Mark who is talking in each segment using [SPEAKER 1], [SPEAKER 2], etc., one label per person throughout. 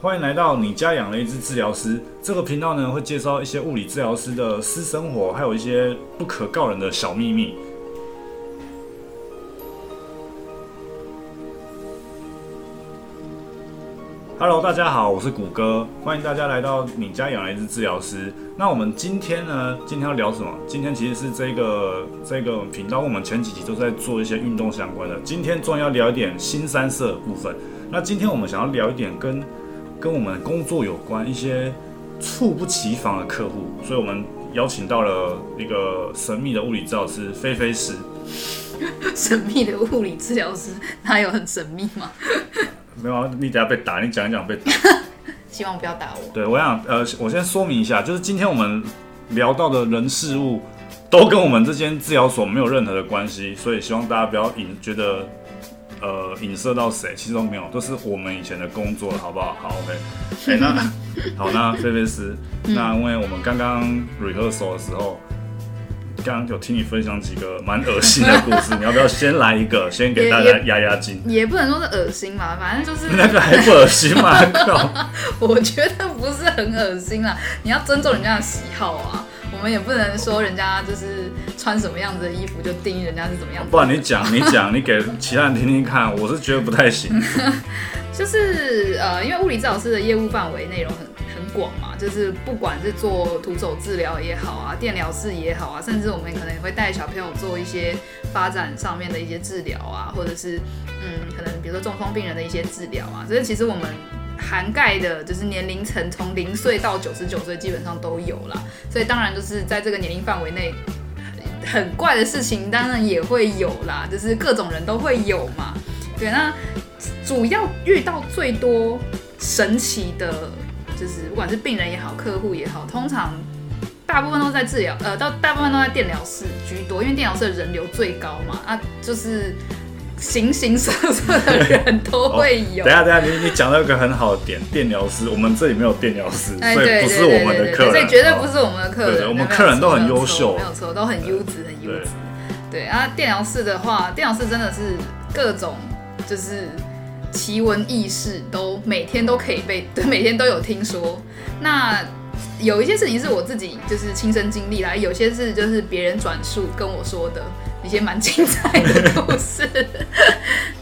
[SPEAKER 1] 欢迎来到你家养了一只治疗师这个频道呢，会介绍一些物理治疗师的私生活，还有一些不可告人的小秘密。Hello，大家好，我是谷歌，欢迎大家来到你家养了一只治疗师。那我们今天呢，今天要聊什么？今天其实是这个这个频道，我们前几集都在做一些运动相关的，今天终于要聊一点新三色的部分。那今天我们想要聊一点跟跟我们工作有关一些猝不及防的客户，所以我们邀请到了一个神秘的物理治疗师菲菲师。
[SPEAKER 2] 神秘的物理治疗师，哪有很神秘吗？
[SPEAKER 1] 没有啊，你等下被打，你讲一讲被打。
[SPEAKER 2] 希望不要打我。
[SPEAKER 1] 对，我想呃，我先说明一下，就是今天我们聊到的人事物都跟我们这间治疗所没有任何的关系，所以希望大家不要影觉得呃影射到谁，其实都没有，都是我们以前的工作，好不好？好，OK。哎、 那好，那菲菲斯，
[SPEAKER 2] 嗯
[SPEAKER 1] 那因为我们刚刚 rehearsal 的时候。刚刚有听你分享几个蛮恶心的故 事，你要不要先来一个，先给大家
[SPEAKER 2] 也
[SPEAKER 1] 压压惊？
[SPEAKER 2] 也不能说是恶心嘛，反正就是，
[SPEAKER 1] 那个还不恶心吗？ 靠！
[SPEAKER 2] 我觉得不是很恶心啦。你要尊重人家的喜好啊，我们也不能说人家就是穿什么样子的衣服就定义人家是怎么样子的。
[SPEAKER 1] 不然你讲，你讲，你给其他人听听看，我是觉得不太行。
[SPEAKER 2] 嗯就是呃，因为物理治疗师的业务范围内容很很广嘛，就是不管是做徒手治疗也好啊，电疗室也好啊，甚至我们可能也会带小朋友做一些发展上面的一些治疗啊，或者是嗯，可能比如说中风病人的一些治疗啊，所以其实我们。涵盖的就是年龄层从零岁到九十九岁基本上都有啦，所以当然就是在这个年龄范围内，很怪的事情当然也会有啦，就是各种人都会有嘛。对，那主要遇到最多神奇的，就是不管是病人也好，客户也好，通常大部分都在治疗，呃，到大部分都在电疗室居多，因为电疗室的人流最高嘛，啊，就是形形色色的人都会有
[SPEAKER 1] 等一。下，等一下，你你讲到一个很好的点，电疗师，我们这里没有电疗师，
[SPEAKER 2] 哎，
[SPEAKER 1] 所以
[SPEAKER 2] 对
[SPEAKER 1] 不
[SPEAKER 2] 对
[SPEAKER 1] 是
[SPEAKER 2] 对
[SPEAKER 1] 我
[SPEAKER 2] 对
[SPEAKER 1] 们
[SPEAKER 2] 对
[SPEAKER 1] 的客人，
[SPEAKER 2] 所以绝对不
[SPEAKER 1] 哦。
[SPEAKER 2] 是我们的客
[SPEAKER 1] 对对
[SPEAKER 2] 人。
[SPEAKER 1] 我们
[SPEAKER 2] 没有
[SPEAKER 1] 客人都
[SPEAKER 2] 错
[SPEAKER 1] 很
[SPEAKER 2] 没有
[SPEAKER 1] 优
[SPEAKER 2] 错
[SPEAKER 1] 秀
[SPEAKER 2] 没有错，都很优质，很优
[SPEAKER 1] 对
[SPEAKER 2] 质。对啊，电疗室的话，电疗室真的是各种就是奇闻异事都每天都可以被， 对，每天都有听说。那有一些事情是我自己就是亲身经历啦，有些是就是别人转述跟我说的一些蛮精彩的故事。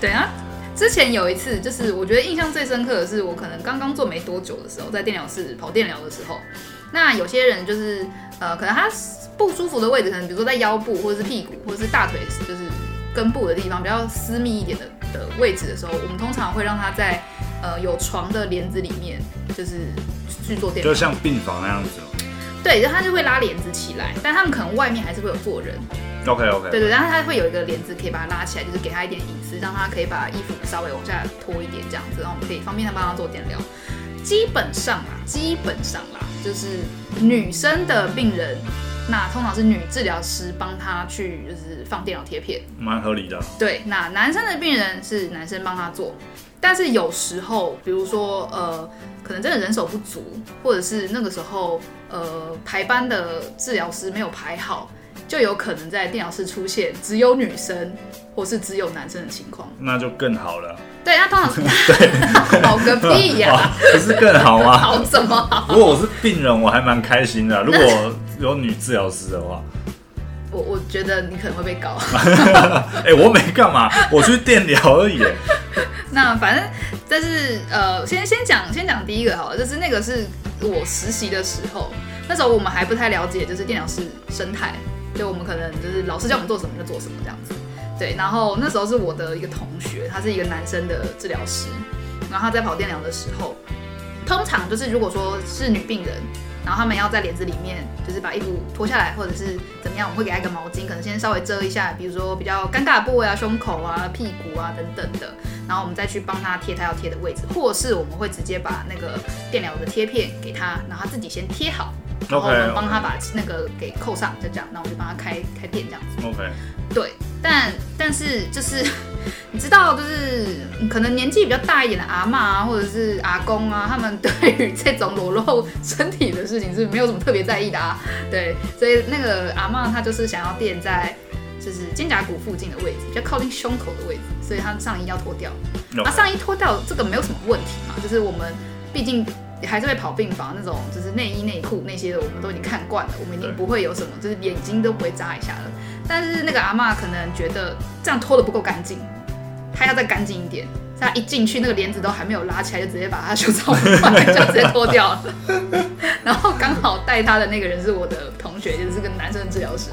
[SPEAKER 2] 对啊，之前有一次，就是我觉得印象最深刻的是，我可能刚刚做没多久的时候，在电疗室跑电疗的时候，那有些人就是呃，可能他不舒服的位置，可能比如说在腰部或者是屁股或者是大腿，就是根部的地方比较私密一点的的位置的时候，我们通常会让他在呃有床的帘子里面，就是去做电疗
[SPEAKER 1] 就。像病房那样子。
[SPEAKER 2] 对，然后他就会拉帘子起来，但他们可能外面还是会有坐人。
[SPEAKER 1] OK OK，
[SPEAKER 2] 对对，然后它会有一个帘子可以把它拉起来，就是给它一点隐私，让它可以把衣服稍微往下拖一点这样子，然后我们可以方便它帮它做电疗。基本上啦，基本上啦，就是女生的病人，那通常是女治疗师帮她去就是放电疗贴片。
[SPEAKER 1] 蛮合理的。
[SPEAKER 2] 对，那男生的病人是男生帮他做，但是有时候，比如说呃，可能真的人手不足，或者是那个时候呃排班的治疗师没有排好，就有可能在电疗室出现只有女生或是只有男生的情况。
[SPEAKER 1] 那就更好了，
[SPEAKER 2] 对，他通常 是好个屁 哎呀、
[SPEAKER 1] 哇不是更好吗？
[SPEAKER 2] 好怎么好？
[SPEAKER 1] 如果我是病人，我还蛮开心的。如果有女治疗师的话，
[SPEAKER 2] 我我觉得你可能会被告。
[SPEAKER 1] 哎、我没干嘛，我去电疗而已。
[SPEAKER 2] 那反正，但是呃，先先讲先讲第一个好了，就是那个是我实习的时候，那时候我们还不太了解，就是电脑室生态，就我们可能就是老师叫我们做什么就做什么这样子。对，然后那时候是我的一个同学，他是一个男生的治疗师，嗯然后他在跑电疗的时候，通常就是如果说是女病人，然后他们要在帘子里面就是把衣服脱下来，或者是怎么样，我们会给他一个毛巾，可能先稍微遮一下，比如说比较尴尬的部位啊、胸口啊、屁股啊等等的。然后我们再去帮他贴他要贴的位置，或是我们会直接把那个电疗的贴片给他，然后他自己先贴好，然后我
[SPEAKER 1] OK
[SPEAKER 2] 们帮他把那个给扣上，就这样，那我就帮他开开片这样子。
[SPEAKER 1] OK，
[SPEAKER 2] 对，但但是就是 你知道，就是嗯可能年纪比较大一点的阿嬷啊，或者是阿公啊，他们对于这种裸露身体的事情是没有什么特别在意的啊。对，所以那个阿嬷她就是想要垫在就是肩胛骨附近的位置，比较靠近胸口的位置，所以她上衣要脱掉。
[SPEAKER 1] 有
[SPEAKER 2] 啊，上衣脱掉这个没有什么问题嘛，就是我们毕竟还是会跑病房那种，就是内衣内裤那些的，我们都已经看惯了，我们已经
[SPEAKER 1] 对
[SPEAKER 2] 不会有什么，就是眼睛都不会眨一下了。但是那个阿嬷可能觉得这样拖的不够干净，她要再干净一点。所以她一进去，那个帘子都还没有拉起来，就直接把她袖罩放来，就直接脱掉了。然后刚好带她的那个人是我的同学，就是个男生的治疗师。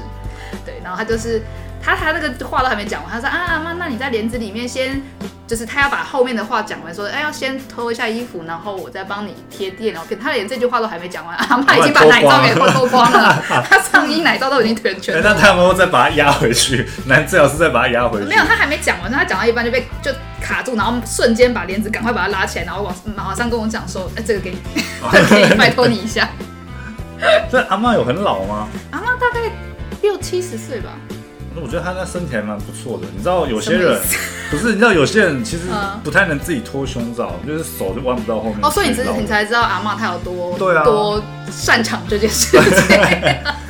[SPEAKER 2] 对，然后他就是他他那个话都还没讲完，他说啊阿妈，那你在帘子里面先，就是他要把后面的话讲完，说哎要先脱一下衣服，然后我再帮你贴垫哦。可他连这句话都还没讲完，阿妈已经把奶罩给脱脱光了，他上衣奶罩都已经全
[SPEAKER 1] 哎、
[SPEAKER 2] 全
[SPEAKER 1] 那他们会再把它压回去，男治疗师再把它压回去。
[SPEAKER 2] 没有，他还没讲完，他讲到一半就被就卡住，然后瞬间把帘子赶快把它拉起来，然后往马上跟我讲说，哎、这个给你，
[SPEAKER 1] 哦
[SPEAKER 2] 这个给你，拜托你一下。
[SPEAKER 1] 这阿嬷有很老吗？
[SPEAKER 2] 阿妈大概六七十岁吧，
[SPEAKER 1] 我觉得她那身体还蛮不错的。你知道有些
[SPEAKER 2] 什么
[SPEAKER 1] 人
[SPEAKER 2] 意思
[SPEAKER 1] 不是，你知道有些人其实
[SPEAKER 2] 嗯
[SPEAKER 1] 不太能自己脱胸罩，就是手就弯不到后面去。
[SPEAKER 2] 哦，所以你只
[SPEAKER 1] 老
[SPEAKER 2] 你才知道阿嬷她有多
[SPEAKER 1] 对啊
[SPEAKER 2] 多擅长这件 事情。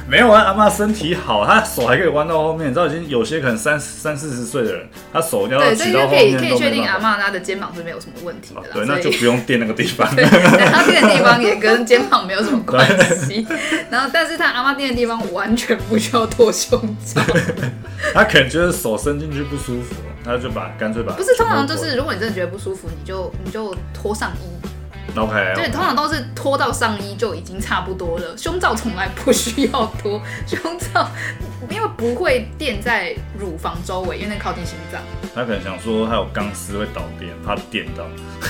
[SPEAKER 1] 没有啊？阿嬷身体好，她手还可以弯到后面。你知道，已经有些可能三三四十岁的人，她手要
[SPEAKER 2] 对，所
[SPEAKER 1] 举
[SPEAKER 2] 以
[SPEAKER 1] 到
[SPEAKER 2] 就
[SPEAKER 1] 后
[SPEAKER 2] 可以
[SPEAKER 1] 面
[SPEAKER 2] 可以
[SPEAKER 1] 都
[SPEAKER 2] 确
[SPEAKER 1] 没
[SPEAKER 2] 定阿
[SPEAKER 1] 办法。
[SPEAKER 2] 嬷她的肩膀是没有什么问题的
[SPEAKER 1] 哦
[SPEAKER 2] 啦。
[SPEAKER 1] 对，那
[SPEAKER 2] 所
[SPEAKER 1] 就
[SPEAKER 2] 以
[SPEAKER 1] 不用垫那个地方。
[SPEAKER 2] 她垫的地方也跟肩膀没有什么关 系。然后，但是她阿嬷垫的地方完全不需要脱胸罩。
[SPEAKER 1] 她可能觉得手伸进去不舒服，她就把干脆把
[SPEAKER 2] 不是，通常就
[SPEAKER 1] 全
[SPEAKER 2] 是如果你真的觉得不舒服，你就你就脱上衣。
[SPEAKER 1] 部脱 OK，
[SPEAKER 2] 对，通常都是脱到上衣就已经差不多了。 胸罩从来不需要脱， 胸罩因为不会垫在乳房周围，因为那靠近心脏。
[SPEAKER 1] 她可能想说还有钢丝会导电，怕电到。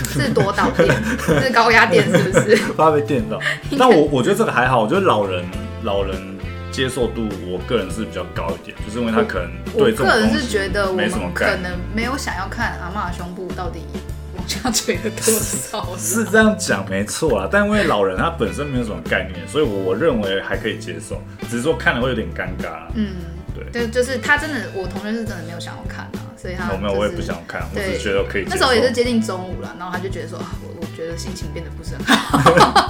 [SPEAKER 2] 是多导电，是高压电，是 不是？
[SPEAKER 1] 怕被电 到。但我我觉得这个还好，我觉得老人老人接受度，我个人是比较高一点，就是因为他可能
[SPEAKER 2] 我
[SPEAKER 1] 对这种
[SPEAKER 2] 个人
[SPEAKER 1] 东
[SPEAKER 2] 是
[SPEAKER 1] 西
[SPEAKER 2] 觉得我
[SPEAKER 1] 没
[SPEAKER 2] 们
[SPEAKER 1] 什么
[SPEAKER 2] 可
[SPEAKER 1] 概念。
[SPEAKER 2] 能没有想要看阿嬷胸部到底往下垂了多少。
[SPEAKER 1] 是这样讲没错啦，但因为老人他本身没有什么概念，所以我我认为还可以接受，只是说看了会有点尴尬啊啦。
[SPEAKER 2] 嗯，
[SPEAKER 1] 对
[SPEAKER 2] 对，就是他真的，我同学是真的没有想要看啊，所以他、
[SPEAKER 1] 我没有，
[SPEAKER 2] 就是
[SPEAKER 1] 我也不想看，我
[SPEAKER 2] 对
[SPEAKER 1] 只是觉得可以接受。
[SPEAKER 2] 那时候也是接近中午了，然后他就觉得说，啊、我我觉得心情变得不是很好，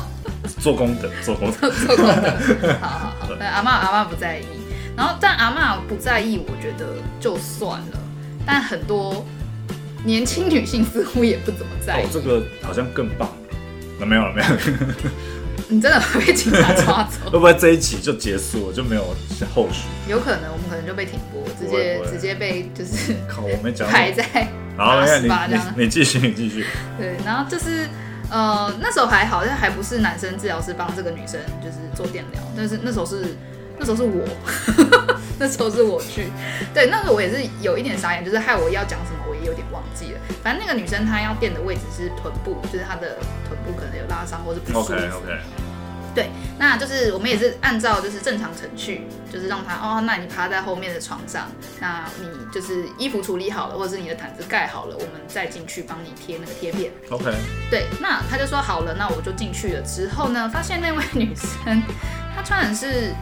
[SPEAKER 1] 做功德，做功德。
[SPEAKER 2] 做 功课好好好，对，阿嬷阿嬷不在意，然后但阿嬷不在意，我觉得就算了，但很多年轻女性似乎也不怎么在意。
[SPEAKER 1] 哦，这个好像更棒。那没有了，没有 了，
[SPEAKER 2] 你真的会被警察抓走？
[SPEAKER 1] 会不会这一期就结束了，就没有后续？
[SPEAKER 2] 有可能，我们可能就被停播，直接
[SPEAKER 1] 不会不会
[SPEAKER 2] 直接被就是
[SPEAKER 1] 靠，我没讲什么。
[SPEAKER 2] 排在
[SPEAKER 1] 好，没有
[SPEAKER 2] 八十八
[SPEAKER 1] 你
[SPEAKER 2] 这样
[SPEAKER 1] 你你继续，你继续。
[SPEAKER 2] 对，然后就是呃那时候还好，但还不是男生治疗师帮这个女生就是做电疗，但是那时候是那时候是我， 那时候是我去，对，那时候我也是有一点傻眼，就是害我要讲什么我也有点忘记了。反正那个女生她要电的位置是臀部，就是她的臀部可能有拉伤或是不舒服。
[SPEAKER 1] OK OK。
[SPEAKER 2] 对，那就是我们也是按照就是正常程序，就是让他哦，那你趴在后面的床上，那你就是衣服处理好了，或者是你的毯子盖好了，我们再进去帮你贴那个贴片。
[SPEAKER 1] OK，
[SPEAKER 2] 对，那他就说好了，那我就进去了。之后呢，发现那位女生她穿的是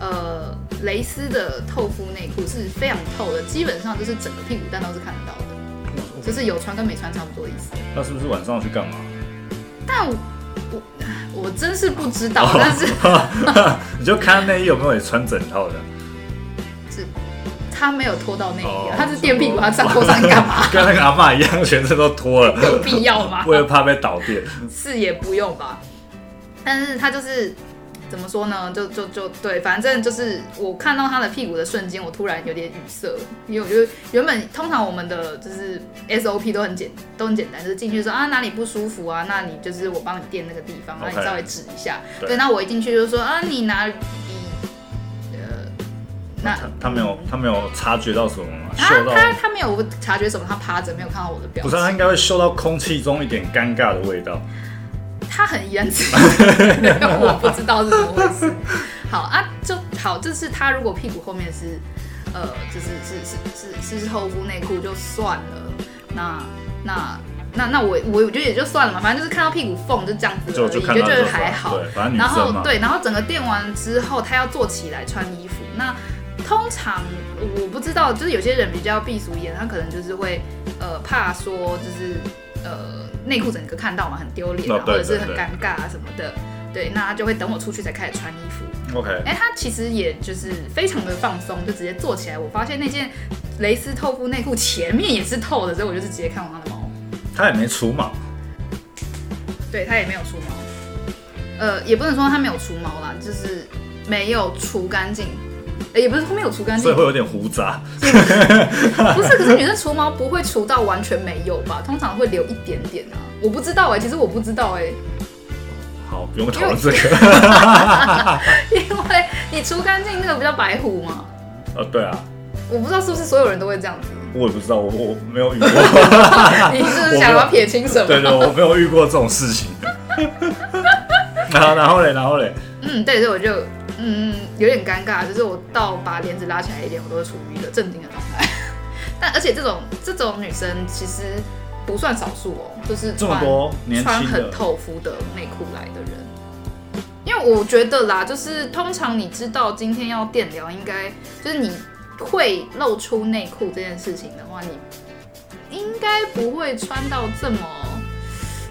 [SPEAKER 2] 呃蕾丝的透肤内裤，是非常透的，基本上就是整个屁股蛋都是看得到的，就是有穿跟没穿差不多的意思。
[SPEAKER 1] 那是不是晚上去干嘛？
[SPEAKER 2] 但我我我真是不知道，但是。
[SPEAKER 1] 你就看内衣有没有也穿整套的，
[SPEAKER 2] 他没有脱到内衣
[SPEAKER 1] 哦
[SPEAKER 2] 啊，他是垫屁股，
[SPEAKER 1] 是
[SPEAKER 2] 他上脱上干嘛？
[SPEAKER 1] 跟那个阿嬷一样，全身都脱了，
[SPEAKER 2] 有必要吗？
[SPEAKER 1] 为了怕被导电。
[SPEAKER 2] 是也不用吧。但是他就是怎么说呢？就就就对，反正就是我看到他的屁股的瞬间，我突然有点语塞，因为我觉得原本通常我们的就是 SOP 都很简都很简单，就是进去说啊哪里不舒服啊，那你就是我帮你垫那个地方，那你
[SPEAKER 1] OK
[SPEAKER 2] 稍微指一下。
[SPEAKER 1] 对
[SPEAKER 2] 对，那我一进去就说啊你哪里呃那
[SPEAKER 1] 他他没有他没有察觉到什么吗？
[SPEAKER 2] 啊
[SPEAKER 1] 嗅到
[SPEAKER 2] 他他没有察觉什么，他趴着没有看到我的表
[SPEAKER 1] 不
[SPEAKER 2] 情。
[SPEAKER 1] 是啊他应该会嗅到空气中一点尴尬的味道。
[SPEAKER 2] 他很怡然自 得，我不知道是怎么回事。好啊，就好，就是他如果屁股后面是，呃，就是是是是是后腹内裤就算了，那那那那我我我觉得也就算了嘛，反正就是看到屁股缝就这样子而
[SPEAKER 1] 就
[SPEAKER 2] 已，
[SPEAKER 1] 就
[SPEAKER 2] 就
[SPEAKER 1] 看到
[SPEAKER 2] 哦觉
[SPEAKER 1] 就
[SPEAKER 2] 得还好。
[SPEAKER 1] 对，反正女
[SPEAKER 2] 然
[SPEAKER 1] 生
[SPEAKER 2] 后
[SPEAKER 1] 嘛，
[SPEAKER 2] 对，然后整个垫完之后，他要坐起来穿衣服。那通常我不知道，就是有些人比较避俗一点，他可能就是会呃怕说就是呃内裤整个看到嘛，很丢脸啊，
[SPEAKER 1] 哦
[SPEAKER 2] 或
[SPEAKER 1] 对
[SPEAKER 2] 者是很
[SPEAKER 1] 对对
[SPEAKER 2] 尴尬啊什么的。对，那他就会等我出去才开始穿衣服。
[SPEAKER 1] ，OK，
[SPEAKER 2] 哎、他其实也就是非常的放松，就直接坐起来。我发现那件蕾丝透肤内裤前面也是透的，所以我就是直接看完他的毛。
[SPEAKER 1] 他也没除毛，
[SPEAKER 2] 对它也没有除毛，呃，也不能说它没有除毛啦，就是没有除干净，呃也不是说没有除干
[SPEAKER 1] 所
[SPEAKER 2] 净
[SPEAKER 1] 以，会有点胡渣。
[SPEAKER 2] 不是，可是女生除毛不会除到完全没有吧？通常会留一点点啊，我不知道哎、其实我不知道哎、
[SPEAKER 1] 好，不用讨论这个。
[SPEAKER 2] 因为你除干净那个不叫白虎吗？
[SPEAKER 1] 呃，对啊，
[SPEAKER 2] 我不知道是不是所有人都会这样 子，
[SPEAKER 1] 我也不知道，我我没有遇过。
[SPEAKER 2] 你是不是想要撇清什么？
[SPEAKER 1] 对对，我没有遇过这种事情。 然后然后嘞，然后嘞，
[SPEAKER 2] 嗯，对，所以我就嗯有点尴尬，就是我到把帘子拉起来一点，我都会处于一个震惊的状态。 但而且这种这种女生其实不算少数哦，就是
[SPEAKER 1] 这么
[SPEAKER 2] 穿
[SPEAKER 1] 多年
[SPEAKER 2] 穿
[SPEAKER 1] 轻
[SPEAKER 2] 很
[SPEAKER 1] 的，
[SPEAKER 2] 透肤的内裤来的人。因为我觉得啦，就是通常你知道今天要电疗，应该就是你会露出内裤这件事情的话，你应该不会穿到这么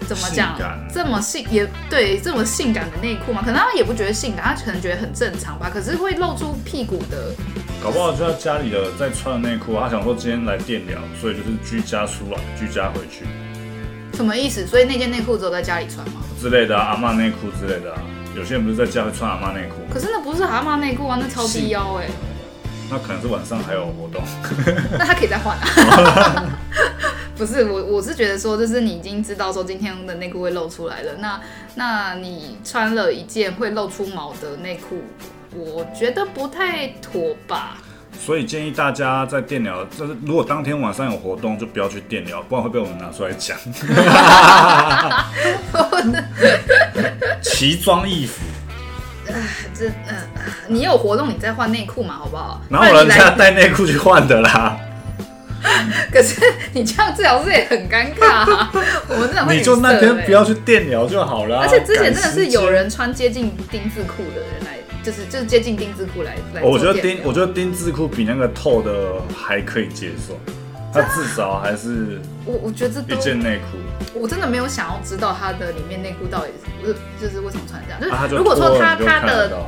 [SPEAKER 2] 怎么讲
[SPEAKER 1] 性感，
[SPEAKER 2] 这么性也对这么性感的内裤嘛？可能他也不觉得性感，他可能觉得很正常吧。可是会露出屁股的，
[SPEAKER 1] 搞不好就在家里的在穿的内裤，他想说今天来电疗，所以就是居家出来，居家回去
[SPEAKER 2] 什么意思？所以那件内裤只有在家里穿吗？
[SPEAKER 1] 之类的、啊，阿嬷内裤之类的、啊。有些人不是在家会穿阿嬷内裤，
[SPEAKER 2] 可是那不是蛤蟆内裤啊，那超
[SPEAKER 1] 性
[SPEAKER 2] 低腰哎、
[SPEAKER 1] 那可能是晚上还有活动。
[SPEAKER 2] 那他可以再换啊。 不是我，我是觉得说，就是你已经知道说今天的内裤会露出来了，那那你穿了一件会露出毛的内裤，我觉得不太妥吧。
[SPEAKER 1] 所以建议大家在电疗，就是如果当天晚上有活动，就不要去电疗，不然会被我们拿出来讲。奇装异服，
[SPEAKER 2] 这呃，你有活动你再换内裤嘛，好不好？
[SPEAKER 1] 哪有人
[SPEAKER 2] 不然你
[SPEAKER 1] 家
[SPEAKER 2] 来？
[SPEAKER 1] 带内裤去换的啦？
[SPEAKER 2] 可是你这样治疗师也很尴尬、啊， 我们真的会、欸
[SPEAKER 1] 你就那天不。要去电疗就好了。啊
[SPEAKER 2] 而且之前真的
[SPEAKER 1] 赶时
[SPEAKER 2] 是
[SPEAKER 1] 间
[SPEAKER 2] 有，人穿接近丁字裤的人来，就是就是接近丁字裤来来做电疗。
[SPEAKER 1] 哦我觉得丁，我觉得丁字裤比那个透的还可以接受，它至少还是
[SPEAKER 2] 我我觉得这
[SPEAKER 1] 一
[SPEAKER 2] 都
[SPEAKER 1] 件内裤。
[SPEAKER 2] 我真的没有想要知道它的里面内裤到底是就是为什么穿这样。就是、
[SPEAKER 1] 啊它就
[SPEAKER 2] 嗯如果说
[SPEAKER 1] 脱了
[SPEAKER 2] 它
[SPEAKER 1] 你就
[SPEAKER 2] 它
[SPEAKER 1] 看得
[SPEAKER 2] 的，
[SPEAKER 1] 到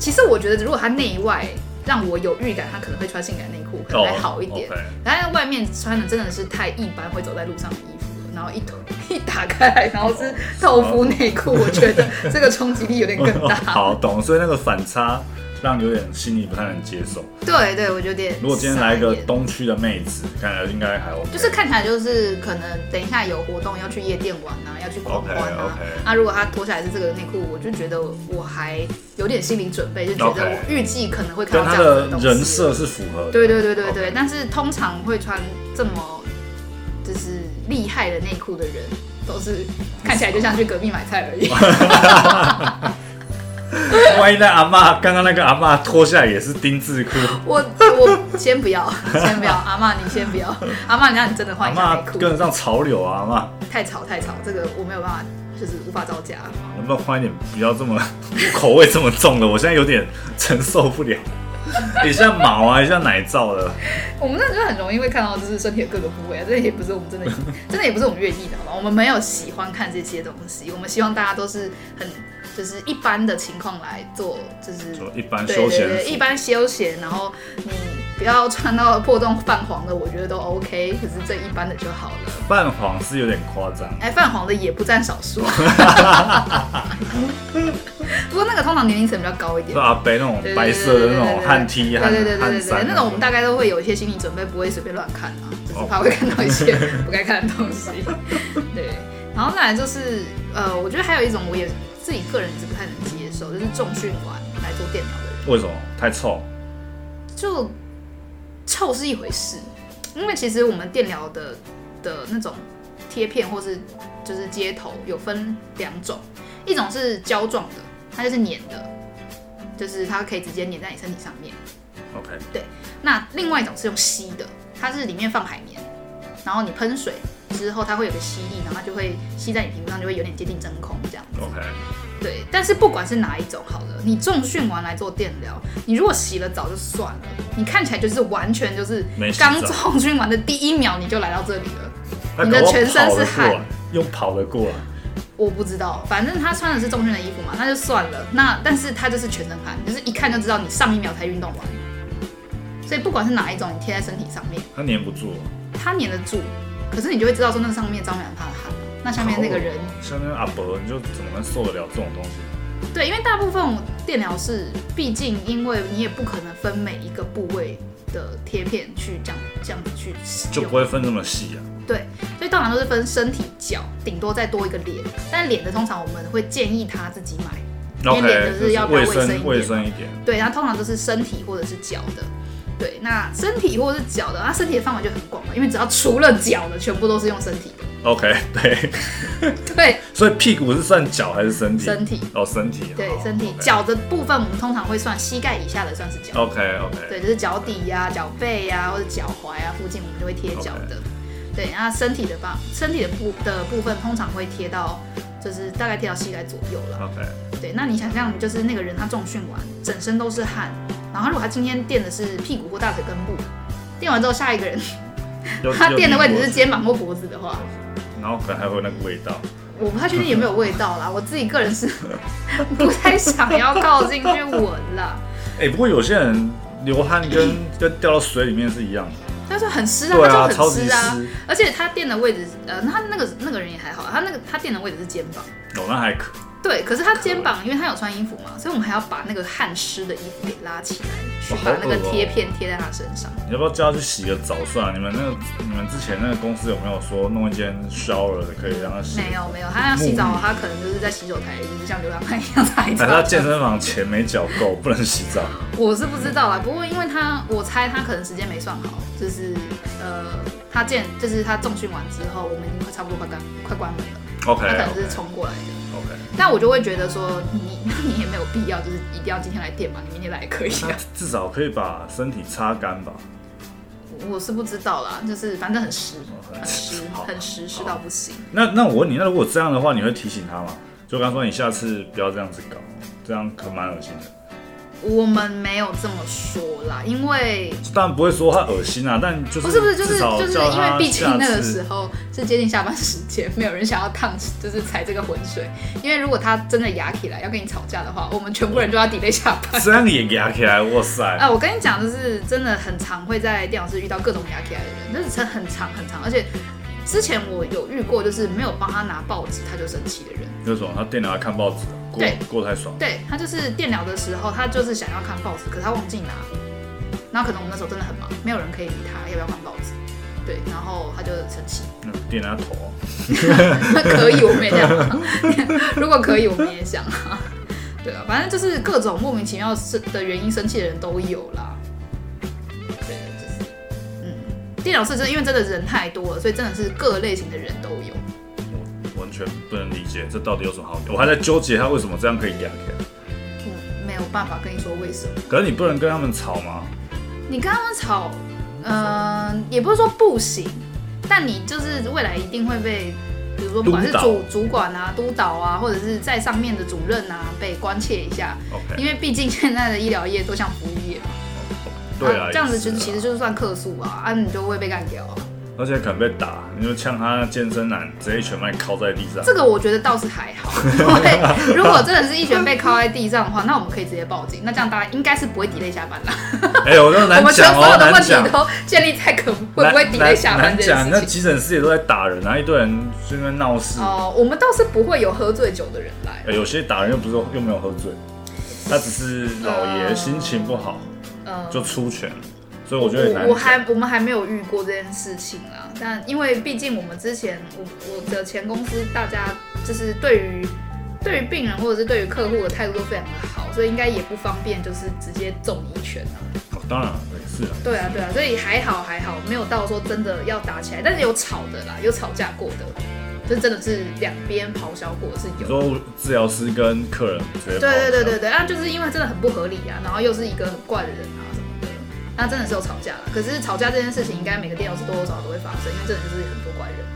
[SPEAKER 2] 其实我觉得如果它内外让我有预感，它可能会穿性感内裤，可能还好一点。
[SPEAKER 1] 哦，OK
[SPEAKER 2] 但是外面穿的真的是太一般，会走在路上的衣服了。然后一头 一打开来，然
[SPEAKER 1] 哦
[SPEAKER 2] 后是透肤内裤，我觉得这个冲击力有点 更大。
[SPEAKER 1] 好懂，所以那个反差让你有点心里不太能接受。
[SPEAKER 2] 对对，我有点傻眼。
[SPEAKER 1] 如果今天来一个东区的妹子，看来应该还 OK。
[SPEAKER 2] 就是看起来就是可能等一下有活动要去夜店玩啊，要去狂欢啊。
[SPEAKER 1] OK，OK
[SPEAKER 2] 那、如果他脱下来是这个内裤，我就觉得我还有点心理准备，就觉得
[SPEAKER 1] OK
[SPEAKER 2] 我预计可能会看
[SPEAKER 1] 跟
[SPEAKER 2] 到
[SPEAKER 1] 她
[SPEAKER 2] 这样子
[SPEAKER 1] 的
[SPEAKER 2] 东西。
[SPEAKER 1] 人设是符合的。
[SPEAKER 2] 对对对对
[SPEAKER 1] OK
[SPEAKER 2] 对但是通常会穿这么就是厉害的内裤的人，都是看起来就像去隔壁买菜而 已。
[SPEAKER 1] 万一那阿嬷刚刚那个阿嬷脱下来也是丁字裤，
[SPEAKER 2] 我我先不要，先不要，阿妈你先不要，阿妈你让你真的
[SPEAKER 1] 阿
[SPEAKER 2] 换一下内
[SPEAKER 1] 嬷
[SPEAKER 2] 裤，
[SPEAKER 1] 跟得上潮流啊，阿嬷。
[SPEAKER 2] 太吵太吵，这个我没有办法，就是无法招架。
[SPEAKER 1] 能不能换一点不要这么口味这么重的？我现在有点承受不了。一下毛啊，一下奶皂的，
[SPEAKER 2] 我们真的就很容易会看到，就是身体的各个部位啊，这也不是我 们真的，真的也不是我们愿意的，好吧？我们没有喜欢看这些东西，我们希望大家都是很就是一般的情况来做，就是
[SPEAKER 1] 就一般
[SPEAKER 2] 对
[SPEAKER 1] 休
[SPEAKER 2] 对
[SPEAKER 1] 闲
[SPEAKER 2] 对，一般休闲，然后你不要穿到破洞泛黄的，我觉得都 OK，可是这一般的就好了。
[SPEAKER 1] 泛黄是有点夸张，
[SPEAKER 2] 哎，泛黄的也不占少 数，不过那个通常年龄层比较高一点
[SPEAKER 1] 就。阿北那种
[SPEAKER 2] 对对对
[SPEAKER 1] 白色的那
[SPEAKER 2] 对对
[SPEAKER 1] 种
[SPEAKER 2] 对
[SPEAKER 1] 汗 T
[SPEAKER 2] 对
[SPEAKER 1] 汗
[SPEAKER 2] 对对对
[SPEAKER 1] 汗
[SPEAKER 2] 对对
[SPEAKER 1] 衫，，
[SPEAKER 2] 那种我们大概都会有一些心理准备，不会随便乱看啊，
[SPEAKER 1] 哦
[SPEAKER 2] 就是怕会看到 一些不该看的东西。对，然后再来就是呃，我觉得还有一种我也自己个人也是不太能接受，就是重训完来做电脑的人，
[SPEAKER 1] 为什么太臭？
[SPEAKER 2] 就臭是一回事，因为其实我们电疗的的那种贴片或是就是接头有分两种，一种是胶状的，它就是粘的，就是它可以直接粘在你身体上面。
[SPEAKER 1] OK，
[SPEAKER 2] 那另外一种是用吸的，它是里面放海绵，然后你喷水之后，它会有个吸力，然后它就会吸在你皮肤上，就会有点接近真空这样。
[SPEAKER 1] OK，
[SPEAKER 2] 对，但是不管是哪一种好了，你重训完来做电疗，你如果洗了澡就算了，你看起来就是完全就是
[SPEAKER 1] 没洗澡
[SPEAKER 2] 刚重训完的第一秒你就来到这里了。
[SPEAKER 1] 那
[SPEAKER 2] 你的
[SPEAKER 1] 搞不好
[SPEAKER 2] 全身
[SPEAKER 1] 跑得
[SPEAKER 2] 是
[SPEAKER 1] 过来
[SPEAKER 2] 汗，
[SPEAKER 1] 用跑得过来，
[SPEAKER 2] 我不知道，反正他穿的是重训的衣服嘛，那就算了。那但是他就是全身汗，就是一看就知道你上一秒才运动完。所以不管是哪一种， 你贴在身体上面，
[SPEAKER 1] 它粘不住。
[SPEAKER 2] 它粘得住，可是你就会知道说那上面沾满了它的汗。那下面那个人，
[SPEAKER 1] 像那个阿伯，你就怎么能受得了这种东西？
[SPEAKER 2] 对，因为大部分电疗是，毕竟因为你也不可能分每一个部位的贴片去这样这样子去使
[SPEAKER 1] 就
[SPEAKER 2] 用
[SPEAKER 1] 不，会分这么细啊。
[SPEAKER 2] 对，所以通常都是分身体、脚，顶多再多一个脸。但脸的通常我们会建议他自己买，因为脸
[SPEAKER 1] OK，
[SPEAKER 2] 就是
[SPEAKER 1] 就是
[SPEAKER 2] 要比较
[SPEAKER 1] 卫
[SPEAKER 2] 卫生一
[SPEAKER 1] 生
[SPEAKER 2] 点
[SPEAKER 1] 卫生一点。
[SPEAKER 2] 对，它通常都是身体或者是脚的。对，那身体或者是脚的，它身体的范围就很广嘛，因为只要除了脚的，全部都是用身体的。
[SPEAKER 1] OK，对，
[SPEAKER 2] 对，
[SPEAKER 1] 所以屁股是算脚还是身体？
[SPEAKER 2] 身体，
[SPEAKER 1] 哦，身体。
[SPEAKER 2] 对
[SPEAKER 1] 好哦
[SPEAKER 2] 身体。脚的部分，我们通常会算膝盖以下的算是脚。
[SPEAKER 1] OK OK，
[SPEAKER 2] 对，就是脚底呀、脚背呀、或者脚踝啊附近，我们就会贴脚的。对，那身体的吧，身体的部的部分通常会贴到，就是大概贴到膝盖左右了。
[SPEAKER 1] OK，
[SPEAKER 2] 对，那你想象，就是那个人他重训完，整身都是汗，然后如果他今天垫的是屁股或大腿根部，垫完之后下一个人
[SPEAKER 1] 又
[SPEAKER 2] 他垫的位置是，
[SPEAKER 1] 又
[SPEAKER 2] 肩膀或脖子的话，
[SPEAKER 1] 然后可能还会有那个味道。
[SPEAKER 2] 我不太确定有没有味道啦，我自己个人是 不太想要靠近去闻啦。
[SPEAKER 1] 哎，不过有些人流汗 跟跟掉到水里面是一样的，
[SPEAKER 2] 但是很湿啊，
[SPEAKER 1] 对
[SPEAKER 2] 他
[SPEAKER 1] 啊，
[SPEAKER 2] 就
[SPEAKER 1] 超
[SPEAKER 2] 很
[SPEAKER 1] 级
[SPEAKER 2] 湿啊，
[SPEAKER 1] 湿。
[SPEAKER 2] 而且他垫的位置，呃，那他那个那个人也还好，他啊那个他垫的位置是肩膀，
[SPEAKER 1] 哦，那还可
[SPEAKER 2] 对，可是他肩膀，因为他有穿衣服嘛，所以我们还要把那个汗湿的衣服给拉起来，去
[SPEAKER 1] 哇好
[SPEAKER 2] 把那个
[SPEAKER 1] 恶哦
[SPEAKER 2] 贴片贴在他身上。
[SPEAKER 1] 你要不要叫他去洗个澡算了？你们那个你们之前那个公司有没有说弄一间 shower 的可以让他洗？
[SPEAKER 2] 没有没有，他要洗澡，啊他可能就是在洗手台，就是像流浪汉一样擦一
[SPEAKER 1] 还是他
[SPEAKER 2] 擦。
[SPEAKER 1] 健身房钱没缴够，不能洗澡？
[SPEAKER 2] 我是不知道啦，啊不过因为他，我猜他可能时间没算好，就是呃，他健就是他重训完之后，我们已经快差不多快关快关门了，
[SPEAKER 1] OK
[SPEAKER 2] 他可
[SPEAKER 1] 哎 OK
[SPEAKER 2] 能是冲过来的。
[SPEAKER 1] OK，
[SPEAKER 2] 但我就会觉得说，你你也没有必要，就是一定要今天来垫嘛，你明天来也可以
[SPEAKER 1] 那
[SPEAKER 2] 啊。
[SPEAKER 1] 至少可以把身体擦干吧。嗯
[SPEAKER 2] 我是不知道啦，就是反正很湿，很湿，
[SPEAKER 1] 好
[SPEAKER 2] 很湿，湿到不行。
[SPEAKER 1] 那那我问你，那如果这样的话，你会提醒他吗？就刚说你下次不要这样子搞，这样可蛮恶心的。
[SPEAKER 2] 我们没有这么说啦，因为
[SPEAKER 1] 当然不会说他恶心啊，但就是
[SPEAKER 2] 不是不是，就是
[SPEAKER 1] 至少
[SPEAKER 2] 就是
[SPEAKER 1] 叫
[SPEAKER 2] 因为
[SPEAKER 1] 他
[SPEAKER 2] 毕竟那
[SPEAKER 1] 下
[SPEAKER 2] 个
[SPEAKER 1] 次
[SPEAKER 2] 时候是接近下班时间，没有人想要烫，就是踩这个浑水。因为如果他真的牙起来要跟你吵架的话，我们全部人就要 delay 下 班。
[SPEAKER 1] 这样也压起来，哇塞！
[SPEAKER 2] 啊，我跟你讲，就是真的很常会在电脑室遇到各种牙起来的人，那是真的很长很长，而且之前我有遇过，就是没有帮他拿报纸他就生气的人。
[SPEAKER 1] 有种他电脑要看报纸，过
[SPEAKER 2] 对
[SPEAKER 1] 过太爽。
[SPEAKER 2] 对他就是电疗的时候，他就是想要看报纸，可是他忘记拿。然后可能我们那时候真的很忙，没有人可以理他，要不要看报纸？对，然后他就生气。
[SPEAKER 1] 嗯，电脑头，
[SPEAKER 2] 那 可以，我们也这样啊。如果可以，我们也想啊。 对啊，反正就是各种莫名其妙是的原因生气的人都有啦。对，就是嗯，电脑是真的因为真的人太多了，所以真的是各类型的人都有。
[SPEAKER 1] 我完全不能理解这到底有什么好。我还在纠结他为什么这样可以压起来。
[SPEAKER 2] 我没有办法跟你说为什么。
[SPEAKER 1] 可是你不能跟他们吵吗？
[SPEAKER 2] 你跟他们吵，嗯、也不是说不行，但你就是未来一定会被，比如说不管是
[SPEAKER 1] 督导
[SPEAKER 2] 主主管啊、督导啊，或者是在上面的主任啊，被关切一下，
[SPEAKER 1] OK，
[SPEAKER 2] 因为毕竟现在的医疗业都像服务业嘛。
[SPEAKER 1] 对啊，
[SPEAKER 2] 这样子
[SPEAKER 1] 也是
[SPEAKER 2] 就
[SPEAKER 1] 啊
[SPEAKER 2] 其实就是算客诉吧，啊，你就会被干掉啊。
[SPEAKER 1] 而且可能被打，你就呛他健身男，直接一拳把你敲在地上。
[SPEAKER 2] 这个我觉得倒是还 好，因为如果真的是一拳被敲在地上的话，那我们可以直接报警，那这样大家应该是不会 delay 下班啦。
[SPEAKER 1] 哎、我真的
[SPEAKER 2] 我
[SPEAKER 1] 难
[SPEAKER 2] 们全
[SPEAKER 1] 讲
[SPEAKER 2] 所有
[SPEAKER 1] 哦，
[SPEAKER 2] 的
[SPEAKER 1] 难
[SPEAKER 2] 问题
[SPEAKER 1] 讲。
[SPEAKER 2] 都建立在可会不会 delay
[SPEAKER 1] 难
[SPEAKER 2] 下班
[SPEAKER 1] 难
[SPEAKER 2] 这件
[SPEAKER 1] 讲，
[SPEAKER 2] 事
[SPEAKER 1] 那
[SPEAKER 2] 情。
[SPEAKER 1] 急诊室也都在打人啊，一堆人这边闹事、
[SPEAKER 2] 哦，我们倒是不会有喝醉酒的人来。
[SPEAKER 1] 呃有些打人又不是又没有喝醉，他只是老爷
[SPEAKER 2] 呃
[SPEAKER 1] 心情不好
[SPEAKER 2] 嗯，
[SPEAKER 1] 就出拳，所以我觉得很难
[SPEAKER 2] 我我
[SPEAKER 1] 讲。
[SPEAKER 2] 还我们还没有遇过这件事情啦，但因为毕竟我们之前我我的前公司大家就是对于对于病人或者是对于客户的态度都非常的好，所以应该也不方便就是直接中一拳啊。
[SPEAKER 1] 哦当然也是啊，
[SPEAKER 2] 对啊对啊，所以还好还好，没有到说真的要打起来，但是有吵的啦，有吵架过的，就真的是两边咆哮过是
[SPEAKER 1] 你
[SPEAKER 2] 有。
[SPEAKER 1] 说治疗师跟客人直接
[SPEAKER 2] 对对对对
[SPEAKER 1] 对，
[SPEAKER 2] 对，那就是因为真的很不合理啊，然后又是一个很怪的人啊什么的，那真的是有吵架啦。可是吵架这件事情，应该每个店老师多多少少都会发生，因为真的就是很多怪人嘛。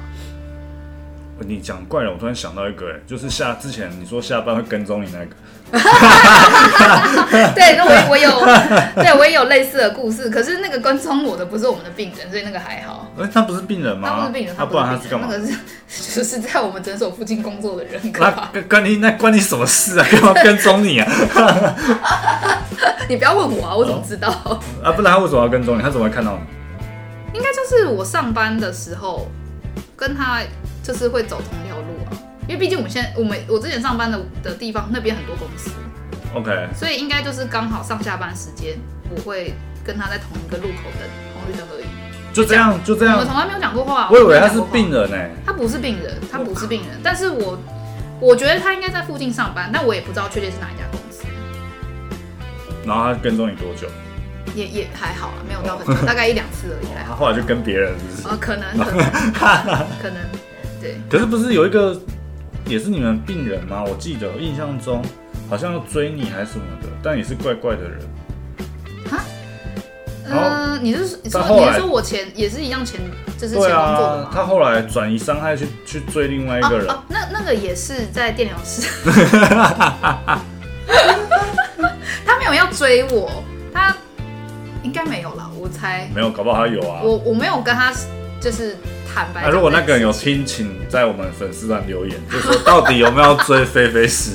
[SPEAKER 1] 你讲怪人，我突然想到一个、哎，就是下之前你说下班会跟踪你那个，
[SPEAKER 2] 对，那我也我 有，对我也有类似的故事。可是那个跟踪我的不是我们的病人，所以那个还好。
[SPEAKER 1] 哎、他不是病人吗？
[SPEAKER 2] 他不是病人，
[SPEAKER 1] 那
[SPEAKER 2] 他
[SPEAKER 1] 啊不然他
[SPEAKER 2] 是
[SPEAKER 1] 是
[SPEAKER 2] 病
[SPEAKER 1] 干
[SPEAKER 2] 人，
[SPEAKER 1] 嘛？啊
[SPEAKER 2] 那个是 就是在我们诊所附近工作的人，很可
[SPEAKER 1] 那
[SPEAKER 2] 怕。
[SPEAKER 1] 关你那关你什么事啊？干嘛跟踪你啊？
[SPEAKER 2] 你不要问我啊，我怎么知道？
[SPEAKER 1] 啊，不然他为什么要跟踪你？他怎么会看到你？
[SPEAKER 2] 应该就是我上班的时候跟他就是会走同条路啊因为毕竟我们现在我们我之前上班的的地方那边很多公司，
[SPEAKER 1] OK，
[SPEAKER 2] 所以应该就是刚好上下班时间，我会跟他在同一个路口等红绿灯而已。
[SPEAKER 1] 就这样就这
[SPEAKER 2] 我们
[SPEAKER 1] 样。
[SPEAKER 2] 从来没有讲过话，啊
[SPEAKER 1] 我以
[SPEAKER 2] 们没
[SPEAKER 1] 为
[SPEAKER 2] 有
[SPEAKER 1] 他
[SPEAKER 2] 讲
[SPEAKER 1] 是
[SPEAKER 2] 过话
[SPEAKER 1] 病人欸呢、
[SPEAKER 2] 他不是病人，他不是病人，但是我我觉得他应该在附近上班，但我也不知道确切是哪一家公司，
[SPEAKER 1] 然后他跟踪你多久？
[SPEAKER 2] 也也还好啊啦，没有到很
[SPEAKER 1] 哦
[SPEAKER 2] 久，大概一两次而已，还
[SPEAKER 1] 他
[SPEAKER 2] 好。
[SPEAKER 1] 后来就跟别人是不是？
[SPEAKER 2] 呃，可能可能 可能，对，
[SPEAKER 1] 可是不是有一个也是你们病人吗？我记得印象中好像要追你还是什么的，但也是怪怪的人。然后
[SPEAKER 2] 嗯，你是你说
[SPEAKER 1] 但后
[SPEAKER 2] 你
[SPEAKER 1] 来
[SPEAKER 2] 是说我前也是一样前就是前工
[SPEAKER 1] 对
[SPEAKER 2] 作的
[SPEAKER 1] 啊
[SPEAKER 2] 吗，？
[SPEAKER 1] 他后来转移伤害去去追另外一个人。
[SPEAKER 2] 啊啊、那那个也是在电疗室，他没有要追我，他应该没有啦，我猜，
[SPEAKER 1] 没有，搞不好他有啊。
[SPEAKER 2] 我我没有跟他就是坦
[SPEAKER 1] 那、
[SPEAKER 2] 白讲这件事情、
[SPEAKER 1] 如果那个人有听，请在我们粉丝团留言，就 说到底有没有要追菲菲师？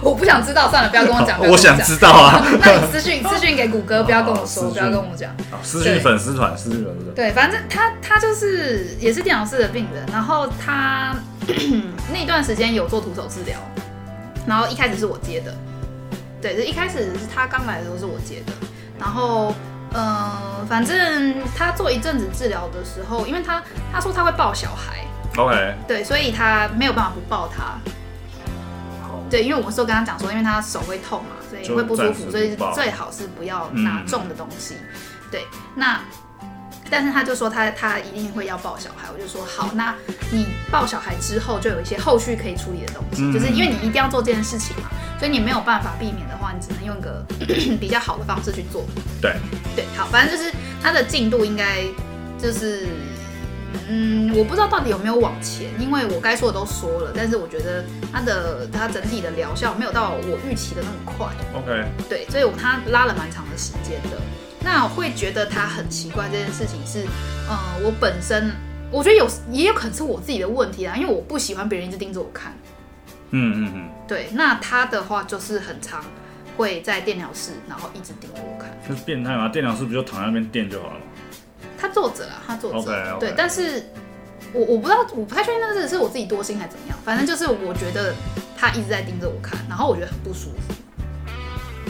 [SPEAKER 2] 我不想知道，算了，不要跟我 讲。不要跟
[SPEAKER 1] 我想
[SPEAKER 2] 讲。
[SPEAKER 1] 知道啊。
[SPEAKER 2] 那你私讯私讯给谷歌，不要跟我
[SPEAKER 1] 哦
[SPEAKER 2] 说，
[SPEAKER 1] 私讯
[SPEAKER 2] 不要跟我讲。
[SPEAKER 1] 好私讯粉丝团，私讯粉丝团。
[SPEAKER 2] 对，反正他他就是也是电脑室的病人，然后他 那段时间有做徒手治疗，然后一开始是我接的，对，就一开始是他刚来的时候是我接的，然后呃，反正他做一阵子治疗的时候，因为他他说他会抱小孩，
[SPEAKER 1] OK，
[SPEAKER 2] 对，所以他没有办法不抱他，
[SPEAKER 1] 好，
[SPEAKER 2] 对，因为我们是有跟他讲说，因为他手会痛嘛，所以会不舒服，
[SPEAKER 1] 就暂时不
[SPEAKER 2] 所以
[SPEAKER 1] 抱嗯
[SPEAKER 2] 最好是不要拿重的东西。对，那但是他就说他他一定会要抱小孩，我就说好，那你抱小孩之后就有一些后续可以处理的东西，
[SPEAKER 1] 嗯
[SPEAKER 2] 就是因为你一定要做这件事情嘛，所以你没有办法避免的话，你只能用 一个比较好的方式去做。
[SPEAKER 1] 对，
[SPEAKER 2] 对，好，反正就是它的进度应该就是，嗯，我不知道到底有没有往前，因为我该说的都说了，但是我觉得它的它整体的疗效没有到我预期的那么快，
[SPEAKER 1] OK，
[SPEAKER 2] 对，所以我它拉了蛮长的时间的。那我会觉得它很奇怪这件事情是，呃，我本身我觉得有也有可能是我自己的问题啦，因为我不喜欢别人一直盯着我看。
[SPEAKER 1] 嗯嗯嗯，
[SPEAKER 2] 对，那他的话就是很常会在电疗室，然后一直盯着我看。
[SPEAKER 1] 就是变态嘛，电脑是不是就躺在那边电就好了嘛？
[SPEAKER 2] 他坐着啦，他坐着。
[SPEAKER 1] OK，OK
[SPEAKER 2] 对，但是我我不知道，我不太确定那是是我自己多心还是怎么样，反正就是我觉得他一直在盯着我看，然后我觉得很不舒服，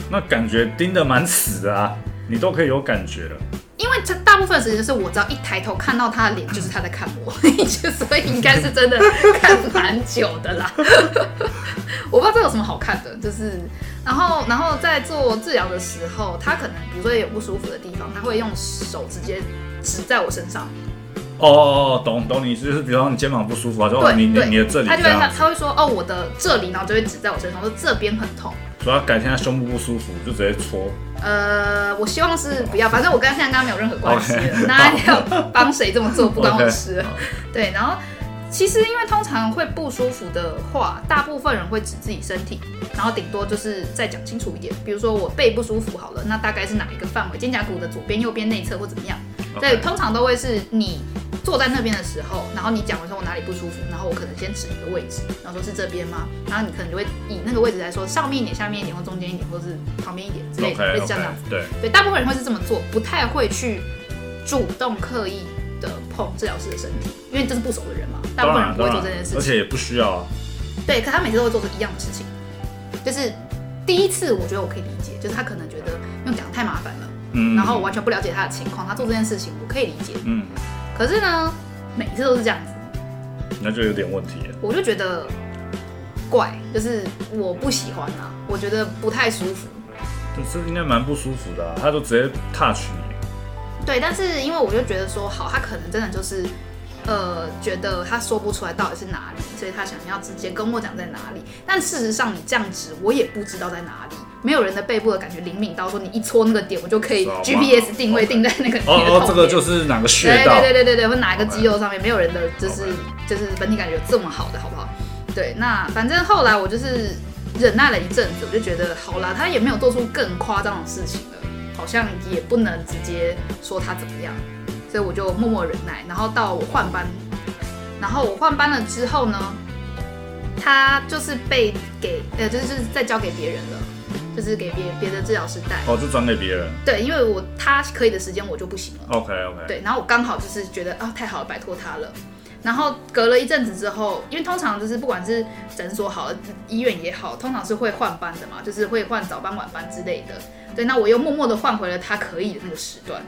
[SPEAKER 1] 那感觉盯得蛮死的啊，你都可以有感觉了。
[SPEAKER 2] 因为这大部分时间就是我只要一抬头看到他的脸，就是他在看我， 就所以应该是真的看蛮久的啦。 我不知道这有什么好看的，就是然后然后在做治疗的时候，他可能比如说有不舒服的地方，他会用手直接指在我身上。
[SPEAKER 1] 哦哦哦，懂懂你意思，就是比如说你肩膀不舒服啊，就哦
[SPEAKER 2] 对
[SPEAKER 1] 你你
[SPEAKER 2] 对
[SPEAKER 1] 你的这里
[SPEAKER 2] 他就
[SPEAKER 1] 这
[SPEAKER 2] 会
[SPEAKER 1] 样，
[SPEAKER 2] 他会说哦我的这里，然后就会指在我身上说这边很痛。
[SPEAKER 1] 主要改天他胸部不舒服就直接搓。
[SPEAKER 2] 呃，我希望是不要，反正我跟现在跟他没有任何关系了
[SPEAKER 1] 哦 OK，
[SPEAKER 2] 那要帮谁这么做不关我
[SPEAKER 1] OK，
[SPEAKER 2] 的事了。对，然后其实因为通常会不舒服的话，大部分人会指自己身体，然后顶多就是再讲清楚一点，比如说我背不舒服好了，那大概是哪一个范围？肩胛骨的左边、右边、内侧或怎么样？对，通常都会是你坐在那边的时候，然后你讲完说我哪里不舒服，然后我可能先指一个位置，然后说是这边吗？然后你可能就会以那个位置来说上面一点、下面一点或中间一点，或是旁边一点之类
[SPEAKER 1] OK
[SPEAKER 2] 的，类似
[SPEAKER 1] OK，
[SPEAKER 2] 这样子。
[SPEAKER 1] 对，
[SPEAKER 2] 对，大部分人会是这么做，不太会去主动刻意的碰治疗师的身体，因为这是不熟的人嘛，大部分人不会做这件事
[SPEAKER 1] 而
[SPEAKER 2] 情。
[SPEAKER 1] 且也不需要啊。
[SPEAKER 2] 对，可他每次都会做出一样的事情，就是第一次我觉得我可以理解，就是他可能觉得用讲太麻烦了，
[SPEAKER 1] 嗯，
[SPEAKER 2] 然后我完全不了解他的情况，他做这件事情我可以理解。
[SPEAKER 1] 嗯，
[SPEAKER 2] 可是呢，每次都是这样子，
[SPEAKER 1] 那就有点问题了。
[SPEAKER 2] 我就觉得怪，就是我不喜欢啊，我觉得不太舒服。
[SPEAKER 1] 这应该蛮不舒服的、啊，他就直接 touch 你。
[SPEAKER 2] 对，但是因为我就觉得说，好，他可能真的就是，呃，觉得他说不出来到底是哪里，所以他想要直接跟我讲在哪里。但事实上，你这样指我也不知道在哪里，没有人的背部的感觉灵敏到说你一戳那个点，我就可以
[SPEAKER 1] 是啊
[SPEAKER 2] GPS 定位
[SPEAKER 1] 哇
[SPEAKER 2] 定在那个
[SPEAKER 1] 哦
[SPEAKER 2] 你的
[SPEAKER 1] 哦，
[SPEAKER 2] 痛
[SPEAKER 1] 这个
[SPEAKER 2] 点
[SPEAKER 1] 就是哪个
[SPEAKER 2] 对
[SPEAKER 1] 穴道？
[SPEAKER 2] 对对对对对，或哪一个肌肉上面，没有人的就是就是本体感觉有这么好的，好不好？对，那反正后来我就是忍耐了一阵子，我就觉得好啦，他也没有做出更夸张的事情了，好像也不能直接说他怎么样，所以我就默默忍耐。然后到我换班，然后我换班了之后呢，他就是被给呃，就是就是再交给别人了，就是给别别的治疗师带。
[SPEAKER 1] 哦，就转给别人。
[SPEAKER 2] 对，因为我他可以的时间我就不行了。
[SPEAKER 1] OK OK。
[SPEAKER 2] 对，然后我刚好就是觉得啊，太好了，摆脱他了。然后隔了一阵子之后，因为通常就是不管是诊所好了，医院也好，通常是会换班的嘛，就是会换早班、晚班之类的。对，那我又默默的换回了他可以的那个时 段。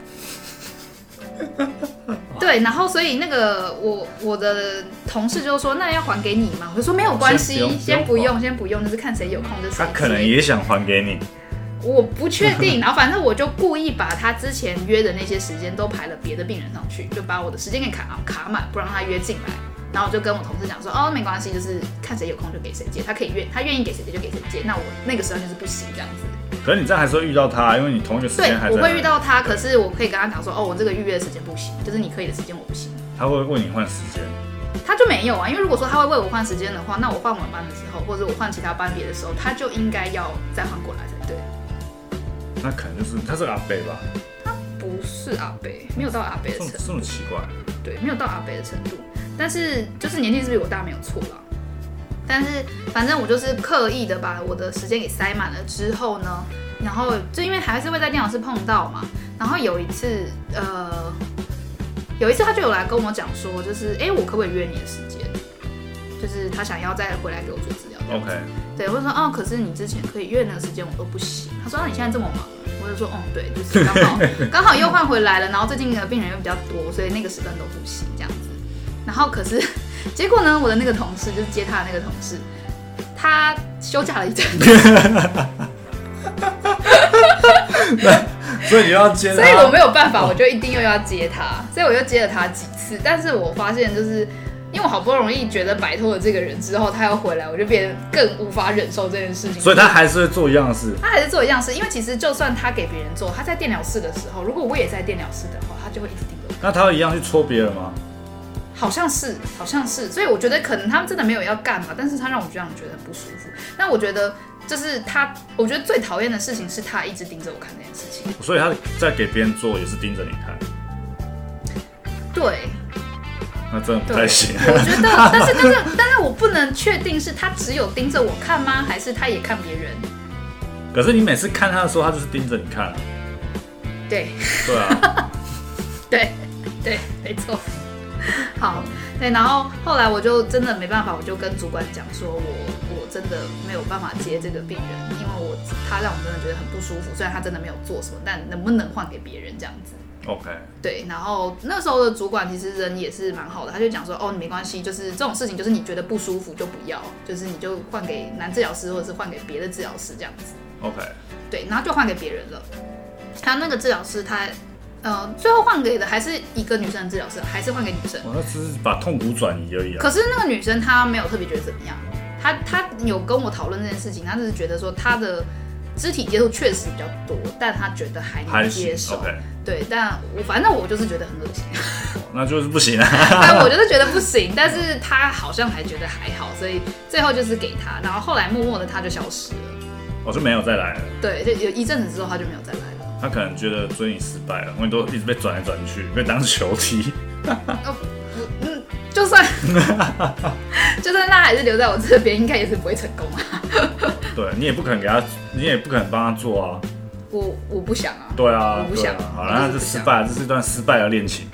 [SPEAKER 2] 对，然后所以那个我我的同事就说，那要还给你吗？我就说没有关系，
[SPEAKER 1] 先
[SPEAKER 2] 先
[SPEAKER 1] 不
[SPEAKER 2] 不
[SPEAKER 1] 用
[SPEAKER 2] 用，先不用，就是看谁有空就谁
[SPEAKER 1] 他
[SPEAKER 2] 接。
[SPEAKER 1] 可能也想还给你，
[SPEAKER 2] 我不确定，然后反正我就故意把他之前约的那些时间都排了别的病人上去，就把我的时间给卡卡满，不让他约进来。然后我就跟我同事讲说，哦，没关系，就是看谁有空就给谁接，他可以愿他愿意给谁接就给谁接，那我那个时候就是不行这样子。
[SPEAKER 1] 可是你这样还是会遇到他，因为你同一个时
[SPEAKER 2] 对
[SPEAKER 1] 间还，在
[SPEAKER 2] 我
[SPEAKER 1] 那里。
[SPEAKER 2] 会遇到他，可是我可以跟他讲说，哦，我这个预约的时间不行，就是你可以的时间我不行。
[SPEAKER 1] 他会问你换时间，
[SPEAKER 2] 他就没有啊，因为如果说他会为我换时间的话，那我换晚班的时候，或者我换其他班别的时候，他就应该要再换过来才对。
[SPEAKER 1] 那可能就是他是个阿贝吧，
[SPEAKER 2] 不是阿北，没有到阿北的
[SPEAKER 1] 这
[SPEAKER 2] 程
[SPEAKER 1] 么
[SPEAKER 2] 度。
[SPEAKER 1] 这么奇怪，
[SPEAKER 2] 对，没有到阿北的程度，但是就是年纪是比我大没有错啦。但是反正我就是刻意的把我的时间给塞满了之后呢，然后就因为还是会在电脑室碰到嘛，然后有一次呃，有一次他就有来跟我讲说，就是哎、诶我可不可以约你的时间？就是他想要再回来给我做治疗。
[SPEAKER 1] OK，
[SPEAKER 2] 对，我就说哦，可是你之前可以约那个时间，我都不行。他说那、你现在这么忙，我就说哦，对，就是刚 好刚好又换回来了，然后最近的病人又比较多，所以那个时段都不行这样子。然后可是 结果呢，我的那个同事就是接他的那个同事，他休假了一阵子，
[SPEAKER 1] 所以你要接他，
[SPEAKER 2] 所以我没有办法，我就一定又要接他，所以我又接了他几次。但是我发现就是。因为我好不容易觉得摆脱了这个人之后，他又回来，我就变得更无法忍受这件事情。
[SPEAKER 1] 所以他还是会做一样的事，
[SPEAKER 2] 他还是做一样事，因为其实就算他给别人做，他在电疗室的时候，如果我也在电疗室的话，他就会一直盯着我。
[SPEAKER 1] 那他会一样去戳别人吗？
[SPEAKER 2] 好像是，好像是，所以我觉得可能他们真的没有要干嘛，但是他让我这样觉得很不舒服。那我觉得就是他，我觉得最讨厌的事情是他一直盯着我看这件事情。
[SPEAKER 1] 所以他在给别人做也是盯着你看，
[SPEAKER 2] 对，
[SPEAKER 1] 那真的不
[SPEAKER 2] 对，
[SPEAKER 1] 太行。
[SPEAKER 2] 我觉得，但是但是但是我不能确定是他只有盯着我看吗，还是他也看别人？
[SPEAKER 1] 可是你每次看他的时候，他就是盯着你看，
[SPEAKER 2] 对。
[SPEAKER 1] 对啊，
[SPEAKER 2] 对，对，没错。好，对，然后后来我就真的没办法，我就跟主管讲说我，我真的没有办法接这个病人，因为我他让我真的觉得很不舒服。虽然他真的没有做什么，但能不能换给别人这样子？
[SPEAKER 1] OK，
[SPEAKER 2] 对，然后那时候的主管其实人也是蛮好的，他就讲说，哦，你没关系，就是这种事情，就是你觉得不舒服就不要，就是你就换给男治疗师或者是换给别的治疗师这样子。
[SPEAKER 1] OK，
[SPEAKER 2] 对，然后就换给别人了。他那个治疗师他，呃，最后换给的还是一个女生的治疗师，还是换给女生。
[SPEAKER 1] 我那只是把痛苦转移而已啊。
[SPEAKER 2] 可是那个女生她没有特别觉得怎么样，她她有跟我讨论这件事情，她只是觉得说她的肢体接触确实比较多，但她觉得还
[SPEAKER 1] 还
[SPEAKER 2] 能
[SPEAKER 1] 行
[SPEAKER 2] 接受。
[SPEAKER 1] ，OK，
[SPEAKER 2] 对，但我反正我就是觉得很恶心，
[SPEAKER 1] 那就是不行啊。
[SPEAKER 2] 但我就是觉得不行，但是她好像还觉得还好，所以最后就是给她，然后后来默默的她就消失了。
[SPEAKER 1] 我就没有再来了。
[SPEAKER 2] 对，就有一阵子之后她就没有再来了。
[SPEAKER 1] 他可能觉得追你失败了，因为都一直被转来转去，被当球踢。
[SPEAKER 2] 嗯，就算 就算他还是留在我这边，应该也是不会成功啊。
[SPEAKER 1] 对你也不肯给他，你也不肯帮他做啊。
[SPEAKER 2] 我我不想啊，
[SPEAKER 1] 对啊
[SPEAKER 2] 我，不
[SPEAKER 1] 对
[SPEAKER 2] 想
[SPEAKER 1] 啊。好
[SPEAKER 2] 我就
[SPEAKER 1] 了，那
[SPEAKER 2] 是
[SPEAKER 1] 这
[SPEAKER 2] 不
[SPEAKER 1] 失
[SPEAKER 2] 想
[SPEAKER 1] 败了，这是一段失败的恋情。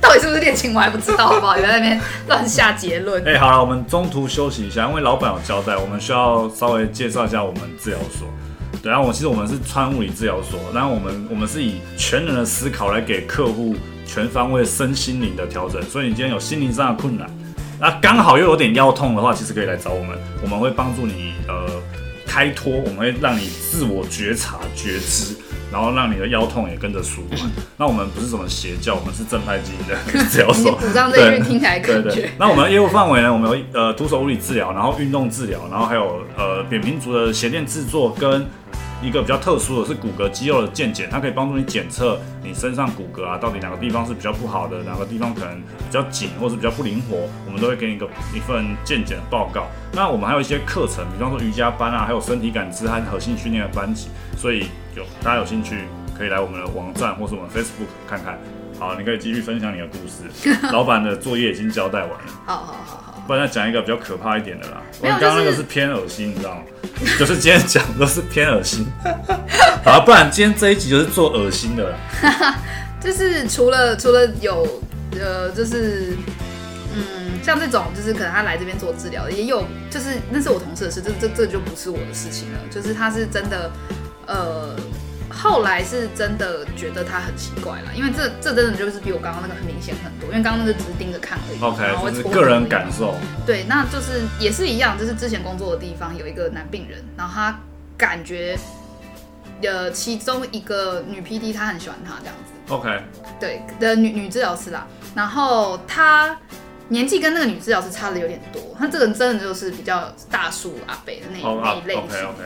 [SPEAKER 2] 到底是不是恋情我还不知道，好不好？你在那边乱下结论。
[SPEAKER 1] 哎、好了，我们中途休息一下，因为老板有交代，我们需要稍微介绍一下我们治疗所。对啊，我其实我们是川物理治疗所，然后我们我们是以全人的思考来给客户全方位身心灵的调整。所以你今天有心灵上的困难，那刚好又有点腰痛的话，其实可以来找我们，我们会帮助你呃开脱，我们会让你自我觉察觉知，然后让你的腰痛也跟着舒 缓。那我们不是什么邪教，我们是正派基因的治疗
[SPEAKER 2] 你
[SPEAKER 1] 所。
[SPEAKER 2] 补上这一句
[SPEAKER 1] 对
[SPEAKER 2] 听起来
[SPEAKER 1] 对
[SPEAKER 2] 感
[SPEAKER 1] 对
[SPEAKER 2] 觉，，
[SPEAKER 1] 那我们的业务范围呢？我们有呃徒手物理治疗，然后运动治疗，然后还有呃扁平足的鞋垫制作，跟呃一个比较特殊的是骨骼肌肉的健检，它可以帮助你检测你身上骨骼啊到底哪个地方是比较不好的，哪个地方可能比较紧或是比较不灵活，我们都会给你一个一份健检的报告。那我们还有一些课程，比方说瑜伽班啊，还有身体感知和核心训练的班级，所以有大家有兴趣可以来我们的网站或是我们 Facebook 看看。好，你可以继续分享你的故事。 老板的作业已经交代完了，
[SPEAKER 2] 好好好好，
[SPEAKER 1] 不然再讲一个比较可怕一点的啦。我
[SPEAKER 2] 没有
[SPEAKER 1] 刚刚那个
[SPEAKER 2] 就是
[SPEAKER 1] 是偏恶心，你知道吗？就是今天讲的都是偏恶 心。好啦，不然今天这一集就是做恶心的啦。
[SPEAKER 2] 就是除了除了有呃，就是嗯，像这种就是可能他来这边做治疗的，也有就是那是我同事的事，这这这就不是我的事情了。就是他是真的，呃，后来是真的觉得他很奇怪了，因为这这真的就是比我刚刚那个很明显很多，因为刚刚那个只是盯着看而已然后会
[SPEAKER 1] ？OK，就是
[SPEAKER 2] 戳
[SPEAKER 1] 个
[SPEAKER 2] 而
[SPEAKER 1] 人
[SPEAKER 2] 已
[SPEAKER 1] 感受。
[SPEAKER 2] 对，那就是也是一样，就是之前工作的地方有一个男病人，然后他感觉，呃，其中一个女 PD 她很喜欢他这样子，
[SPEAKER 1] OK，
[SPEAKER 2] 对的女女治疗师啦，然后她年纪跟那个女治疗师差的有点多，她这个人真的就是比较大叔阿北的那一、
[SPEAKER 1] 好
[SPEAKER 2] 那
[SPEAKER 1] 啊
[SPEAKER 2] 一类
[SPEAKER 1] ，OK
[SPEAKER 2] 型，
[SPEAKER 1] OK，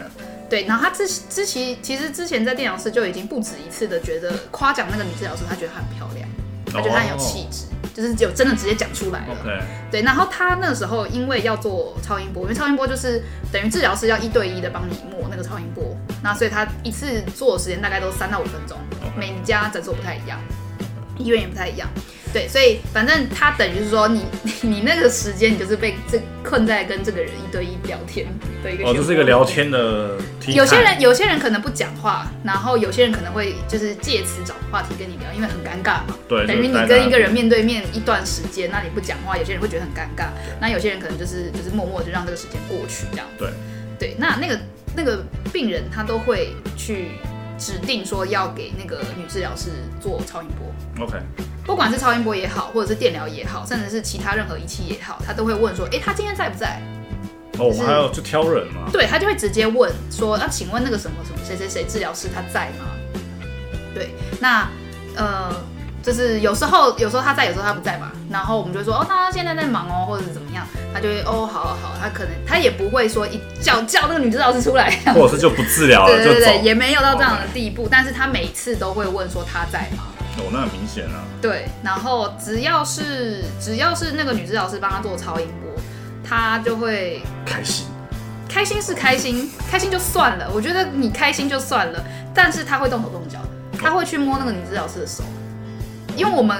[SPEAKER 2] 对，然后他之之其其实之前在电疗室就已经不止一次的觉得夸奖那个女治疗师，她觉得她很漂亮，她觉得她很有气质，就是有真的直接讲出来了。
[SPEAKER 1] 哦 OK，
[SPEAKER 2] 对，然后他那时候因为要做超音波，因为超音波就是等于治疗师要一对一的帮你摸那个超音波，那所以他一次做的时间大概都三到五分钟，
[SPEAKER 1] 哦
[SPEAKER 2] 每家诊所不太一样，医院也不太一样。对，所以反正他等于是说你 你那个时间你就是被这困在跟这个人一对一聊天的一个
[SPEAKER 1] 哦，
[SPEAKER 2] 漩
[SPEAKER 1] 这是一个
[SPEAKER 2] 涡
[SPEAKER 1] 聊天的题材。
[SPEAKER 2] 有些人有些人可能不讲话，然后有些人可能会就是借此找话题跟你聊，因为很尴尬嘛。
[SPEAKER 1] 对
[SPEAKER 2] 等于
[SPEAKER 1] 就是
[SPEAKER 2] 你
[SPEAKER 1] 大家
[SPEAKER 2] 跟一个人面对面一段时间，那你不讲话，有些人会觉得很尴尬，那有些人可能就是就是默默地就让这个时间过去这样。
[SPEAKER 1] 对
[SPEAKER 2] 对，那那个那个病人他都会去指定说要给那个女治疗师做超音波。
[SPEAKER 1] OK，
[SPEAKER 2] 不管是超音波也好，或者是电疗也好，甚至是其他任何仪器也好，他都会问说：“诶，他今天在不在？
[SPEAKER 1] 哦，我
[SPEAKER 2] 是
[SPEAKER 1] 们还要去挑人嘛？
[SPEAKER 2] 对他就会直接问说，那、请问那个什么什么谁谁谁治疗师他在吗？对，那呃，就是有时候有时候他在，有时候他不在嘛，然后我们就会说哦，他现在在忙哦，或者是怎么样，他就会哦，好好好，他可能他也不会说一叫叫那个女治疗师出来，
[SPEAKER 1] 或者是就不治疗了
[SPEAKER 2] 对
[SPEAKER 1] 就
[SPEAKER 2] 对对，
[SPEAKER 1] 走？
[SPEAKER 2] 也没有到这样的地步，但是他每次都会问说他在吗？
[SPEAKER 1] 哦，那很明显啊。
[SPEAKER 2] 对，然后只要是只要是那个女治疗师帮他做超音波，他就会
[SPEAKER 1] 开心。
[SPEAKER 2] 开心是开心，开心就算了，我觉得你开心就算了，但是他会动手动脚，他会去摸那个女治疗师的手，因为我们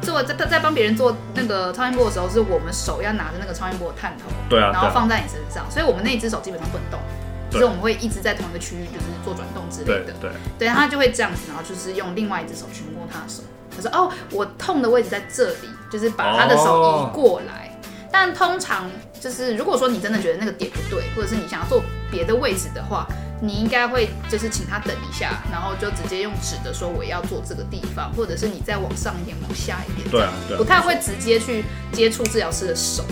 [SPEAKER 2] 做在在帮别人做那个超音波的时候，是我们手要拿着那个超音波的探头，
[SPEAKER 1] 对啊，
[SPEAKER 2] 然后
[SPEAKER 1] 对啊，
[SPEAKER 2] 放在你身上，所以我们那一只手基本上不能动，就
[SPEAKER 1] 对
[SPEAKER 2] 是我们会一直在同一个区域就是做转动之类
[SPEAKER 1] 对
[SPEAKER 2] 的，
[SPEAKER 1] 对，
[SPEAKER 2] 对，他就会这样子，然后就是用另外一只手去摸他的手，他说：“哦，我痛的位置在这里，就是把他的手
[SPEAKER 1] 哦
[SPEAKER 2] 移过来。但通常就是，如果说你真的觉得那个点不对，或者是你想要做别的位置的话，你应该会就是请他等一下，然后就直接用指的说我要做这个地方，或者是你再往上一点，往下一点，
[SPEAKER 1] 对啊，对啊
[SPEAKER 2] 不。太会直接去接触治疗师的手。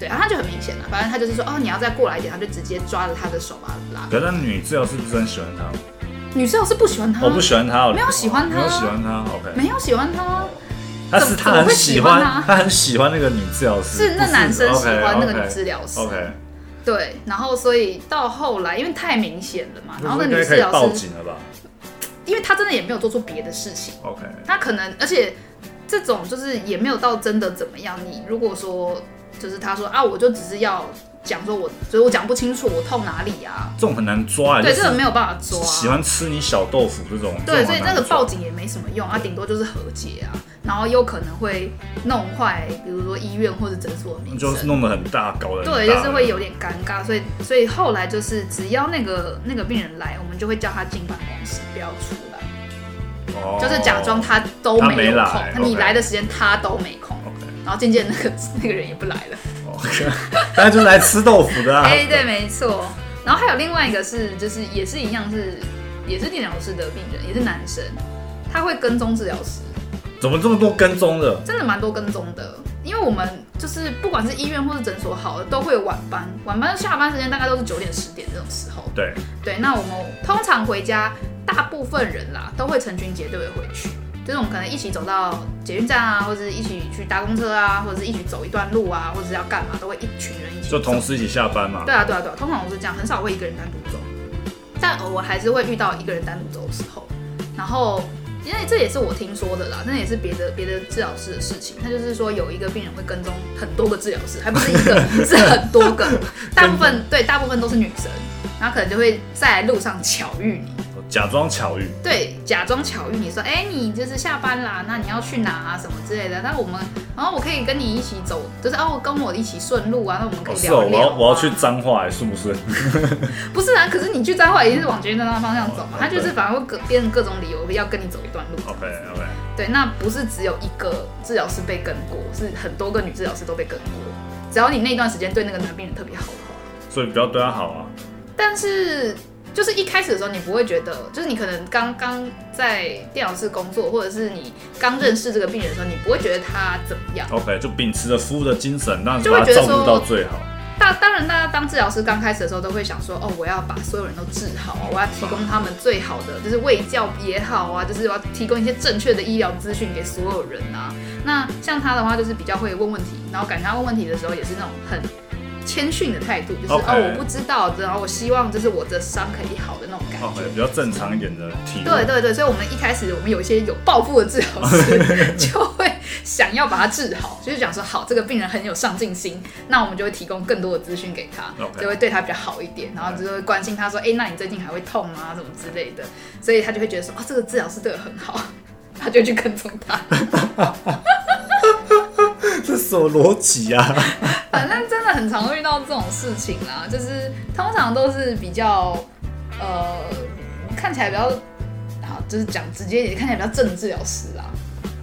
[SPEAKER 2] 对，然后他就很明显了，反正他就是说，哦，你要再过来一点，他就直接抓着他的手把他拉。
[SPEAKER 1] 可是那女治疗师不是很喜欢他吗？
[SPEAKER 2] 女生是不喜欢他，
[SPEAKER 1] 我不喜欢他哦，
[SPEAKER 2] 啊没有喜欢他
[SPEAKER 1] 没有喜欢他。OK，
[SPEAKER 2] 没有喜欢他，
[SPEAKER 1] 他是他
[SPEAKER 2] 怎么
[SPEAKER 1] 很
[SPEAKER 2] 会
[SPEAKER 1] 喜
[SPEAKER 2] 喜欢
[SPEAKER 1] 欢
[SPEAKER 2] 他，
[SPEAKER 1] 他很喜欢那个女治疗师，
[SPEAKER 2] 是那男生喜欢那个女
[SPEAKER 1] OK，OK，
[SPEAKER 2] 治疗师。
[SPEAKER 1] 哦 OK，
[SPEAKER 2] 对，然后所以到后来，因为太明显了嘛，然后那
[SPEAKER 1] 应
[SPEAKER 2] 女
[SPEAKER 1] 该
[SPEAKER 2] 治
[SPEAKER 1] 可以报
[SPEAKER 2] 疗师，
[SPEAKER 1] 警了吧
[SPEAKER 2] 因为她真的也没有做出别的事情，
[SPEAKER 1] ？OK，
[SPEAKER 2] 她可能而且这种就是也没有到真的怎么样。你如果说就是她说啊，我就只是要讲说我，就是我讲不清楚我痛哪里啊，
[SPEAKER 1] 这种很难抓欸，
[SPEAKER 2] 对，
[SPEAKER 1] 就
[SPEAKER 2] 这
[SPEAKER 1] 是
[SPEAKER 2] 个没有办法抓、啊
[SPEAKER 1] 喜欢吃你小豆腐这种，
[SPEAKER 2] 对，
[SPEAKER 1] 这种
[SPEAKER 2] 所以
[SPEAKER 1] 很
[SPEAKER 2] 那
[SPEAKER 1] 难
[SPEAKER 2] 个
[SPEAKER 1] 抓
[SPEAKER 2] 报警也没什么用啊，顶多就是和解啊，然后又可能会弄坏，比如说医院或者诊所的名声
[SPEAKER 1] 就。是弄得很大，搞得很
[SPEAKER 2] 对，
[SPEAKER 1] 大
[SPEAKER 2] 就是会有点尴尬，所以所以后来就是只要那个那个病人来，我们就会叫他进办公室，不要出来，
[SPEAKER 1] 哦
[SPEAKER 2] 就是假装他都
[SPEAKER 1] 他
[SPEAKER 2] 没有
[SPEAKER 1] 没来
[SPEAKER 2] 空，你
[SPEAKER 1] OK
[SPEAKER 2] 来的时间他都没空，
[SPEAKER 1] OK
[SPEAKER 2] 然后渐渐那个 那个人也不来 了。
[SPEAKER 1] OK，大家就是来吃豆腐的啊。
[SPEAKER 2] 哎、对，没错。然后还有另外一个是，就是也是一样是也是电疗室的病人，也是男生，他会跟踪治疗师，
[SPEAKER 1] 怎么这么多跟踪的？
[SPEAKER 2] 真的蛮多跟踪的，因为我们就是不管是医院或是诊所好了，都会有晚班，晚班下班时间大概都是九点十点这种时候。
[SPEAKER 1] 对，
[SPEAKER 2] 对，那我们通常回家，大部分人啦都会成群结队的回去，就是我们可能一起走到捷运站啊，或者是一起去搭公车啊，或者是一起走一段路啊，或者是要干嘛，都会一群人一起走。
[SPEAKER 1] 就同时一起下班嘛。
[SPEAKER 2] 对啊，对啊，对啊，通常我是这样，很少会一个人单独走，但偶尔还是会遇到一个人单独走的时候。然后，因为这也是我听说的啦，那也是别的别的治疗师的事情。他就是说有一个病人会跟踪很多个治疗师，还不是一个， 是很多个，大部分对，大部分都是女生，然后可能就会在路上巧遇你。
[SPEAKER 1] 我假装巧遇，
[SPEAKER 2] 对，假装巧遇，你说，哎、你就是下班啦，那你要去哪啊，什么之类的。那我们，然后我可以跟你一起走，就是哦，跟我一起顺路啊，那我们可
[SPEAKER 1] 哦
[SPEAKER 2] 以
[SPEAKER 1] 是
[SPEAKER 2] 聊
[SPEAKER 1] 哦，
[SPEAKER 2] 一
[SPEAKER 1] 我
[SPEAKER 2] 聊、啊
[SPEAKER 1] 要我要去，彰化，哎顺不顺？
[SPEAKER 2] 不是啊，可是你去彰化一定是往捷运站那方向走嘛
[SPEAKER 1] 哦，
[SPEAKER 2] 他就是反而会各变成各种理由要跟你走一段路。
[SPEAKER 1] OK OK，
[SPEAKER 2] 对，那不是只有一个治疗师被跟过，是很多个女治疗师都被跟过。只要你那段时间对那个男病人特别好的话，
[SPEAKER 1] 所以比较对他好啊。
[SPEAKER 2] 但是就是一开始的时候，你不会觉得，就是你可能刚刚在电脑室工作，或者是你刚认识这个病人的时候，你不会觉得他怎么样。
[SPEAKER 1] OK，就秉持着服务的精神，让你
[SPEAKER 2] 就会
[SPEAKER 1] 把它
[SPEAKER 2] 觉得
[SPEAKER 1] 照顾
[SPEAKER 2] 说
[SPEAKER 1] 到最好。
[SPEAKER 2] 大当然，大家当治疗师刚开始的时候，都会想说，哦，我要把所有人都治好啊，我要提供他们最好的，就是卫教也好啊，就是我要提供一些正确的医疗资讯给所有人啊。那像他的话，就是比较会问问题，然后感觉他问问题的时候也是那种很谦逊的态度，就是
[SPEAKER 1] OK
[SPEAKER 2] 哦，我不知道，然后我希望就是我的伤可以好的那种感觉。
[SPEAKER 1] 哦 OK，比较正常一点的体
[SPEAKER 2] 对
[SPEAKER 1] 位。
[SPEAKER 2] 对对，所以我们一开始我们有一些有抱负的治疗师就会想要把他治好，就是讲说好这个病人很有上进心，那我们就会提供更多的资讯给他
[SPEAKER 1] OK
[SPEAKER 2] 就会对他比较好一点，然后就会关心他说，哎、那你最近还会痛吗？什么之类的，所以他就会觉得说，哦，这个治疗师对我很好， 他就会去跟踪他。
[SPEAKER 1] 这是什么逻辑啊？
[SPEAKER 2] 反正真的很常会遇到这种事情啦，就是通常都是比较呃看起来比较啊，就是讲直接一点，看起来比较正治疗师啦。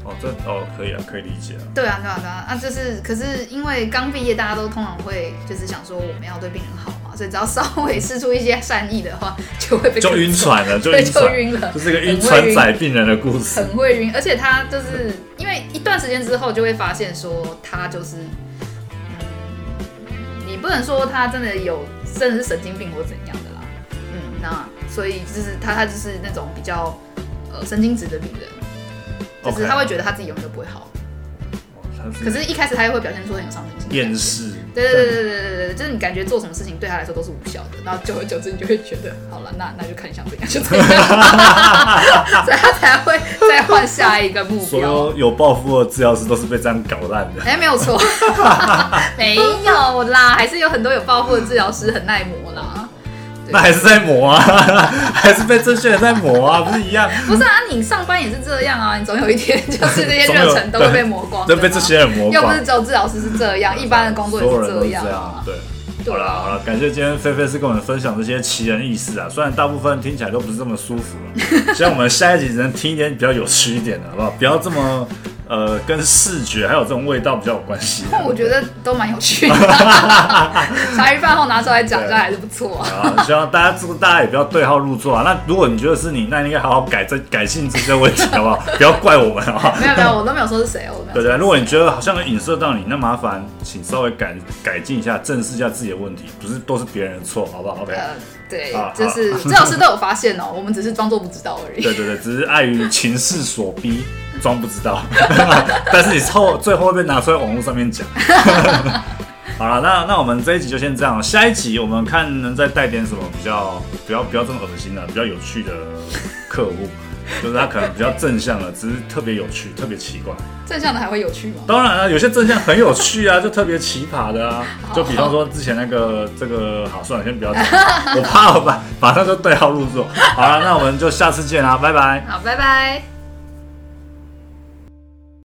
[SPEAKER 1] 哦，这哦可以啊，可以理解啊。
[SPEAKER 2] 对啊，对啊，对啊，啊，就是，可是因为刚毕业，大家都通常会就是想说我们要对病人好嘛，所以只要稍微施出一些善意的话，就会被
[SPEAKER 1] 就晕船了，就
[SPEAKER 2] 对，
[SPEAKER 1] 晕
[SPEAKER 2] 就
[SPEAKER 1] 船，
[SPEAKER 2] 晕了
[SPEAKER 1] 就，是一个晕船仔病人的故事。
[SPEAKER 2] 很会晕，而且他就是因为一段时间之后就会发现说他就是，嗯，你不能说他真的有甚至是神经病或怎样的啦，嗯，那所以就是他他就是那种比较呃神经质的病人，就是他
[SPEAKER 1] OK
[SPEAKER 2] 会觉得他自己永远都不会好，
[SPEAKER 1] 他
[SPEAKER 2] 可是一开始他也会表现出很有上进心的感觉，
[SPEAKER 1] 厌世，
[SPEAKER 2] 对对对对对对对，就是你感觉做什么事情对他来说都是无效的，然后久而久之你就会觉得，好了，那那就看想怎样就怎样，所以他才会再换下一个目
[SPEAKER 1] 所
[SPEAKER 2] 标。
[SPEAKER 1] 有有抱负的治疗师都是被这样搞烂的。
[SPEAKER 2] 哎、没有错，没有啦，还是有很多有抱负的治疗师很耐磨啦。对
[SPEAKER 1] 那还是在磨啊，还是被这些人在磨啊，不是一样？
[SPEAKER 2] 不是啊，你上班也是这样啊，你总有一天就是这些热忱都会被磨光
[SPEAKER 1] 都
[SPEAKER 2] 的嘛，
[SPEAKER 1] 被这些人磨
[SPEAKER 2] 又不是
[SPEAKER 1] 光。
[SPEAKER 2] 只有治疗师是这样，一般的工作
[SPEAKER 1] 所有
[SPEAKER 2] 也
[SPEAKER 1] 人都
[SPEAKER 2] 这
[SPEAKER 1] 是
[SPEAKER 2] 样
[SPEAKER 1] 这
[SPEAKER 2] 啊
[SPEAKER 1] 样，。对。好
[SPEAKER 2] 对啊
[SPEAKER 1] 啦好啦，感谢今天菲菲是跟我们分享这些奇人异事啊，虽然大部分听起来都不是这么舒服 了，希望我们下一集能听一点比较有趣一点的，好不好？不要这么呃跟视觉还有这种味道比较有关系。啊
[SPEAKER 2] 我觉得都蛮有 趣的，茶余饭后拿出来讲一下还是不错啊。
[SPEAKER 1] 啊，希望大家这个大家也不要对号入座啊。那如果你觉得是你，那你应该好好改正改进这些问题，好不 好？不要怪我们啊。好不好
[SPEAKER 2] 没有没有，我都没有说是谁哦，我没有
[SPEAKER 1] 对啊
[SPEAKER 2] 说。
[SPEAKER 1] 对，如果你觉得好像有影射到你，那麻烦请稍微改改进一下，正视一下自己的问题，不是都是别人的错，好不好？OK。
[SPEAKER 2] 呃，对
[SPEAKER 1] 啊，
[SPEAKER 2] 就是治疗师都有发现哦，我们只是装作不知道而已。
[SPEAKER 1] 对对对，只是碍于情势所逼，装不知道。 但是你后最后会被拿出来网络上面讲。 好了，那那我们这一集就先这样，下一集我们看能再带点什么比较不要不要这么恶心的、比较有趣的客户，就是他可能比较正向的，只是特别有趣、特别奇怪。
[SPEAKER 2] 正向的还会有趣吗？
[SPEAKER 1] 当然了，有些正向很有趣啊，就特别奇葩的啊，就比方说之前那个这个，好，算了，先不要讲，我怕我把马上就对号入座。好了，那我们就下次见啦，拜拜。
[SPEAKER 2] 好，拜拜。